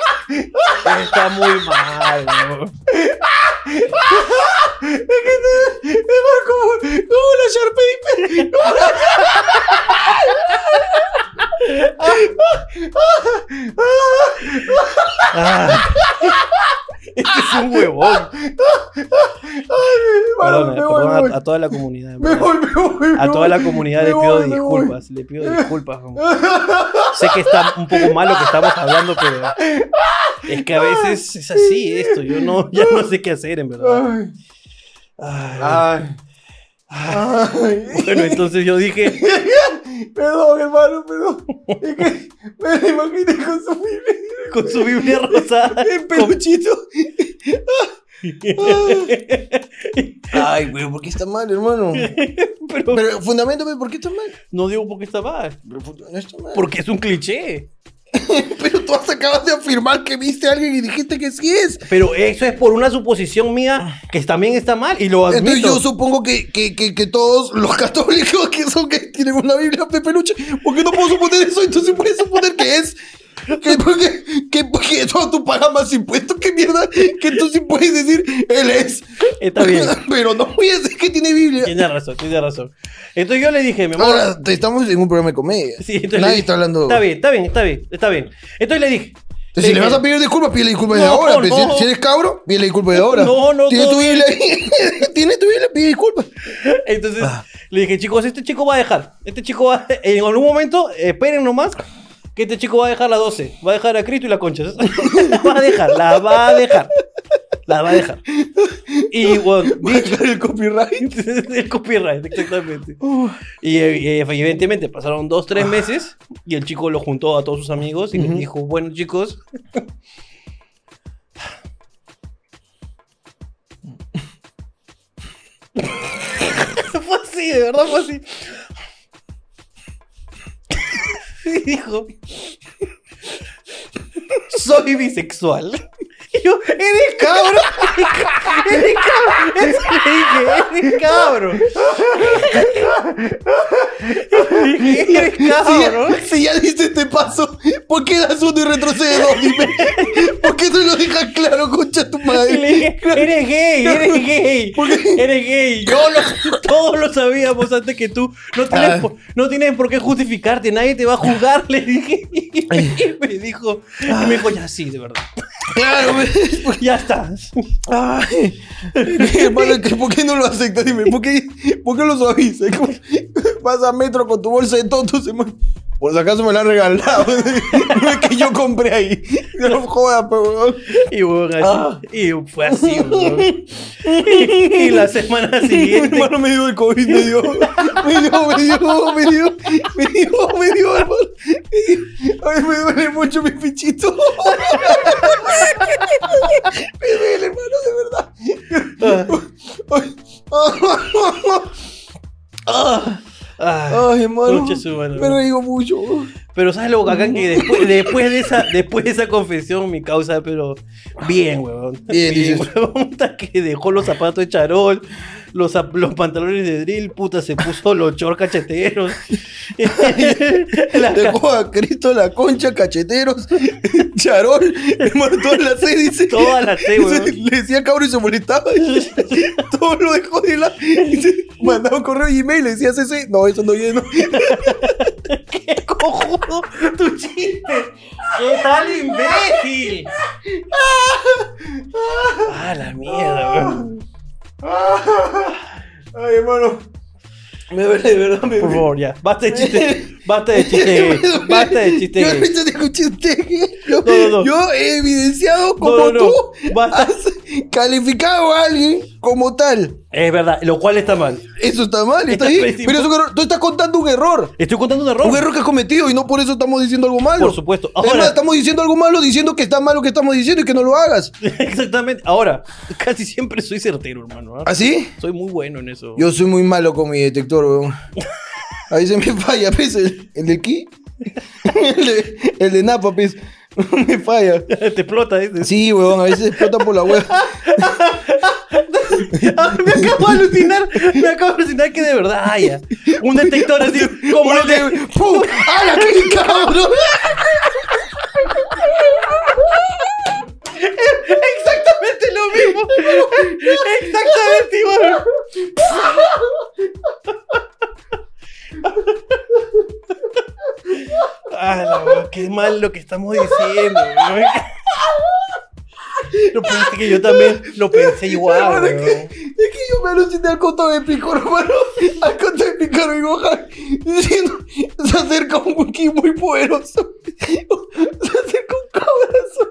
[SPEAKER 4] Está muy mal, weón. Ah. Este es un huevón.
[SPEAKER 5] Hermano,
[SPEAKER 4] Perdona,
[SPEAKER 5] me voy,
[SPEAKER 4] perdona
[SPEAKER 5] me voy.
[SPEAKER 4] eh, a, a toda la comunidad.
[SPEAKER 5] Me voy, me voy, me
[SPEAKER 4] A toda
[SPEAKER 5] voy.
[SPEAKER 4] la comunidad
[SPEAKER 5] Me
[SPEAKER 4] le pido
[SPEAKER 5] voy, me voy.
[SPEAKER 4] disculpas, le pido disculpas. Ramón. Sé que está un poco mal lo que estamos hablando, pero es que a veces es así esto. Yo no, ya no sé qué hacer, en verdad.
[SPEAKER 5] Ay,
[SPEAKER 4] Ay.
[SPEAKER 5] ay, ay.
[SPEAKER 4] Bueno, entonces yo dije,
[SPEAKER 5] Perdón, hermano, perdón. Es que me la imaginé con su Biblia.
[SPEAKER 4] con su Biblia rosada,
[SPEAKER 5] En peluchito. Ay, güey, ¿por qué está mal, hermano?
[SPEAKER 4] pero
[SPEAKER 5] Pero fundamentame, ¿por qué está mal?
[SPEAKER 4] no digo porque está mal,
[SPEAKER 5] Pero funda- no está mal.
[SPEAKER 4] porque es un cliché.
[SPEAKER 5] Pero tú has- acabas de afirmar que viste a alguien y dijiste que sí es.
[SPEAKER 4] Pero eso es por una suposición mía que también está mal y lo admito.
[SPEAKER 5] Entonces yo supongo que, que, que, que todos los católicos que son que tienen una Biblia de peluche, porque no puedo suponer eso, entonces puedes suponer que es. Que porque, que porque no, tú pagas más impuestos, que mierda, que tú sí puedes decir, él es.
[SPEAKER 4] Está bien.
[SPEAKER 5] Pero no voy a decir que tiene Biblia.
[SPEAKER 4] Tiene razón, tiene razón. Entonces yo le dije, mi amor,
[SPEAKER 5] Ahora, te- estamos en un programa de comedia.
[SPEAKER 4] Sí, entonces le
[SPEAKER 5] Nadie
[SPEAKER 4] dije,
[SPEAKER 5] está hablando.
[SPEAKER 4] Está bien, está bien, está bien, está bien. Entonces le dije.
[SPEAKER 5] Entonces, si le
[SPEAKER 4] dije,
[SPEAKER 5] vas a pedir disculpas, pídele disculpas de
[SPEAKER 4] No,
[SPEAKER 5] ahora. pe.
[SPEAKER 4] no.
[SPEAKER 5] Si, si eres cabro, pídele disculpas de ahora.
[SPEAKER 4] No, no,
[SPEAKER 5] Tienes
[SPEAKER 4] no.
[SPEAKER 5] tu Biblia ahí. Tienes tu Biblia, pide disculpas.
[SPEAKER 4] Entonces
[SPEAKER 5] ah.
[SPEAKER 4] le dije, chicos, este chico va a dejar. Este chico va en algún momento, esperen nomás, que este chico va a dejar la 12. Va a dejar a Cristo y la concha. va a dejar, la va a dejar. La va a dejar. Y bueno, dicho el copyright. el copyright, exactamente. Y, eh, y, eh, evidentemente pasaron dos, tres meses y el chico lo juntó a todos sus amigos y les dijo, bueno chicos, fue así, de verdad fue así. Y dijo: Soy bisexual. Y yo, eres cabro. Eres cabro. Eso le dije, eres cabro. Le dije, Eres
[SPEAKER 5] Si
[SPEAKER 4] cabro.
[SPEAKER 5] ya, si ya diste este paso, ¿por qué das uno y retrocedes dos? Dime. ¿Por qué no lo dejas claro, concha tu
[SPEAKER 4] Y le
[SPEAKER 5] madre?
[SPEAKER 4] dije, eres gay, eres gay, eres gay. Yo lo- todos lo sabíamos antes que tú. No tienes,
[SPEAKER 5] Ah.
[SPEAKER 4] por, no tienes por qué justificarte, nadie te va a juzgar, le dije. Y me dijo, y me dijo, ya sí, de verdad.
[SPEAKER 5] Claro, me-
[SPEAKER 4] Ya está.
[SPEAKER 5] Ay, hermano, ¿qué- ¿por qué no lo aceptas? Dime, ¿por qué, por qué lo suavizas? ¿Cómo- Vas a metro con tu bolsa de tontos, hermano. Por si acaso me la han regalado. No es que yo compré ahí. No jodas, pero weón.
[SPEAKER 4] Y huevón, así. Y fue así, huevón. Y, y la semana
[SPEAKER 5] Mi
[SPEAKER 4] siguiente.
[SPEAKER 5] hermano me dio el COVID, me dio. Me dio, me dio, me dio. Me dio, me dio, hermano. Me dio. Ay, me duele mucho mi pichito. Me duele, hermano, de verdad.
[SPEAKER 4] Ah,
[SPEAKER 5] Ay, hermano.
[SPEAKER 4] Concha su madre,
[SPEAKER 5] Me
[SPEAKER 4] hermano.
[SPEAKER 5] reí mucho.
[SPEAKER 4] Pero sabes lo bacán que después, después de esa, después de esa confesión, mi causa, pero bien, huevón.
[SPEAKER 5] Bien, dices.
[SPEAKER 4] huevón, puta, que dejó los zapatos de charol, los, zap- los pantalones de drill, puta, se puso los chor cacheteros. La ca-
[SPEAKER 5] Dejó a Cristo la concha, cacheteros, charol, hermano, todas las seis, dice.
[SPEAKER 4] Todas las seis, weón.
[SPEAKER 5] Le decía cabrón y se molestaba. Todo lo dejó de lado. Y se- Mandaba un correo de email, le decía CC. No, eso no lleno.
[SPEAKER 4] ¡Qué cojudo tu chiste! ¡Qué tal imbécil! ¡Ah, la mierda, weón!
[SPEAKER 5] Ay, hermano. Me duele, de verdad, me
[SPEAKER 4] Por
[SPEAKER 5] duele.
[SPEAKER 4] favor, ya. Basta de chiste. Basta de chiste.
[SPEAKER 5] Me
[SPEAKER 4] gay.
[SPEAKER 5] duele.
[SPEAKER 4] Basta de chiste.
[SPEAKER 5] Yo
[SPEAKER 4] gay.
[SPEAKER 5] no te escuché usted. Yo,
[SPEAKER 4] No, no, no.
[SPEAKER 5] yo he evidenciado como
[SPEAKER 4] no, no.
[SPEAKER 5] tú
[SPEAKER 4] Basta.
[SPEAKER 5] has calificado a alguien como tal.
[SPEAKER 4] Es verdad, lo cual está mal.
[SPEAKER 5] Eso está mal, está
[SPEAKER 4] Está
[SPEAKER 5] ahí.
[SPEAKER 4] pésimo.
[SPEAKER 5] Pero es un error. tú estás contando un error.
[SPEAKER 4] Estoy contando un error.
[SPEAKER 5] Un error que has cometido y no por eso estamos diciendo algo malo.
[SPEAKER 4] Por supuesto.
[SPEAKER 5] Ahora,
[SPEAKER 4] Ahora-
[SPEAKER 5] estamos diciendo algo malo diciendo que está mal lo que estamos diciendo y que no lo hagas.
[SPEAKER 4] Exactamente. Ahora, casi siempre soy certero, hermano. ¿ah?
[SPEAKER 5] ¿Así?
[SPEAKER 4] Soy muy bueno en eso.
[SPEAKER 5] Yo soy muy malo con mi detector, weón. Ahí se me falla, ¿ves? ¿El, el del ki? El de, el de Napa, ¿ves? Me falla.
[SPEAKER 4] Te explota este.
[SPEAKER 5] Sí, weón, a veces explota por la web.
[SPEAKER 4] Ah, me acabo de alucinar. Me acabo de alucinar que de verdad haya un detector así como el de.
[SPEAKER 5] ¡Pum! ¡Hala, qué cabrón!
[SPEAKER 4] Exactamente lo mismo. Exactamente igual. Ah, la verdad, qué mal lo que estamos diciendo. weón. Lo pensé que yo también lo pensé igual.
[SPEAKER 5] Hermano, es, que,
[SPEAKER 4] weón.
[SPEAKER 5] es que yo me aluciné al coto de picor, hermano. Al coto de picor y goja. Diciendo, se acerca un wiki muy poderoso. Se acerca un cabrazo.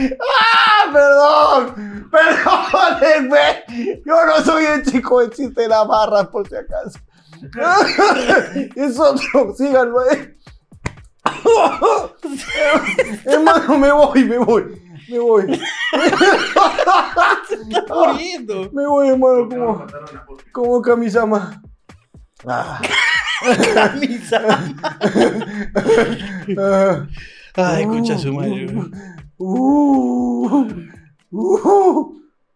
[SPEAKER 5] ¡Ah! ¡Perdón! ¡Perdónenme! Yo no soy el chico de chiste de las barras, por si acaso. es otro, síganlo, eh. Hermano, me voy, me voy, me voy.
[SPEAKER 4] Corriendo.
[SPEAKER 5] Me voy, hermano, como, como Kamisama. Ah,
[SPEAKER 4] Camisa.
[SPEAKER 5] ah,
[SPEAKER 4] Ay, escucha su madre. weón.
[SPEAKER 5] uh,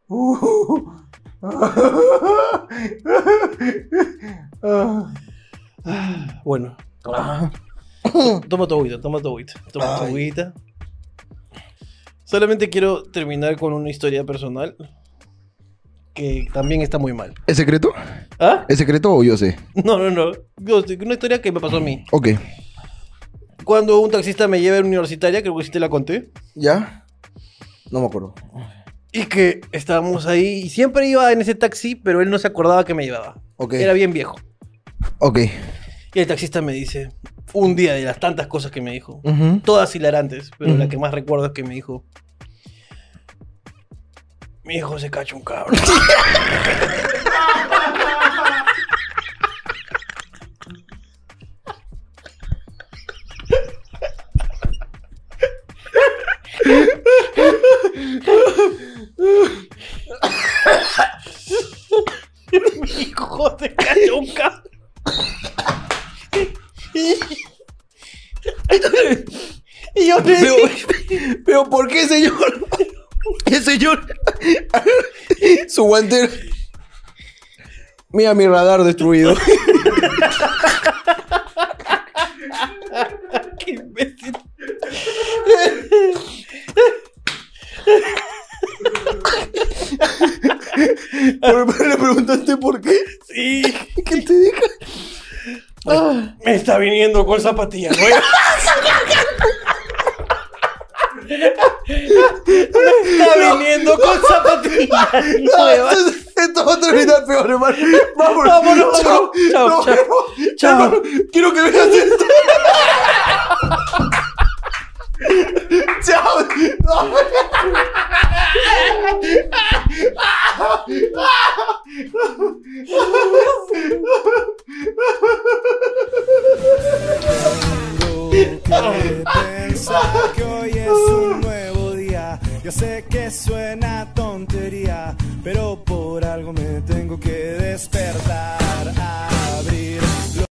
[SPEAKER 5] uh, uh, ah, ah.
[SPEAKER 4] Bueno. Toma tu agüita, toma tu agüita. Toma tu
[SPEAKER 5] Ay.
[SPEAKER 4] agüita. Solamente quiero terminar con una historia personal que también está muy mal.
[SPEAKER 5] ¿Es secreto?
[SPEAKER 4] ¿Ah?
[SPEAKER 5] ¿Es secreto o yo sé?
[SPEAKER 4] No, no, no. Yo- Una historia que me pasó a mí.
[SPEAKER 5] Ok.
[SPEAKER 4] Cuando un taxista me lleva a la universitaria, creo que sí te la conté,
[SPEAKER 5] ¿Ya? No me acuerdo.
[SPEAKER 4] y que estábamos ahí y siempre iba en ese taxi, pero él no se acordaba que me llevaba.
[SPEAKER 5] Ok.
[SPEAKER 4] Era bien viejo.
[SPEAKER 5] Ok.
[SPEAKER 4] Y el taxista me dice, un día de las tantas cosas que me dijo,
[SPEAKER 5] Ujú.
[SPEAKER 4] todas hilarantes, pero la
[SPEAKER 5] Ujú.
[SPEAKER 4] que más recuerdo es que me dijo: Mi hijo se cacha un cabrón. Mi hijo se cacha un cabrón. Y yo le
[SPEAKER 5] Pero,
[SPEAKER 4] dije,
[SPEAKER 5] pero ¿por qué, señor? El señor. Su guantero. Mira mi radar destruido.
[SPEAKER 4] Qué imbécil.
[SPEAKER 5] Por- Le preguntaste por qué.
[SPEAKER 4] Sí,
[SPEAKER 5] ¿Qué te dije?
[SPEAKER 4] me está viniendo con zapatillas. ¿no? Está viniendo con zapatillas.
[SPEAKER 5] No, esto, esto va a terminar peor, hermano. Vámonos.
[SPEAKER 4] Vámonos,
[SPEAKER 5] Chao,
[SPEAKER 4] chao,
[SPEAKER 5] nos
[SPEAKER 4] chao.
[SPEAKER 5] vemos.
[SPEAKER 4] Chao.
[SPEAKER 5] Hermano, Quiero que veas esto. chao. No.
[SPEAKER 8] pensar que hoy es un nuevo día. Yo sé que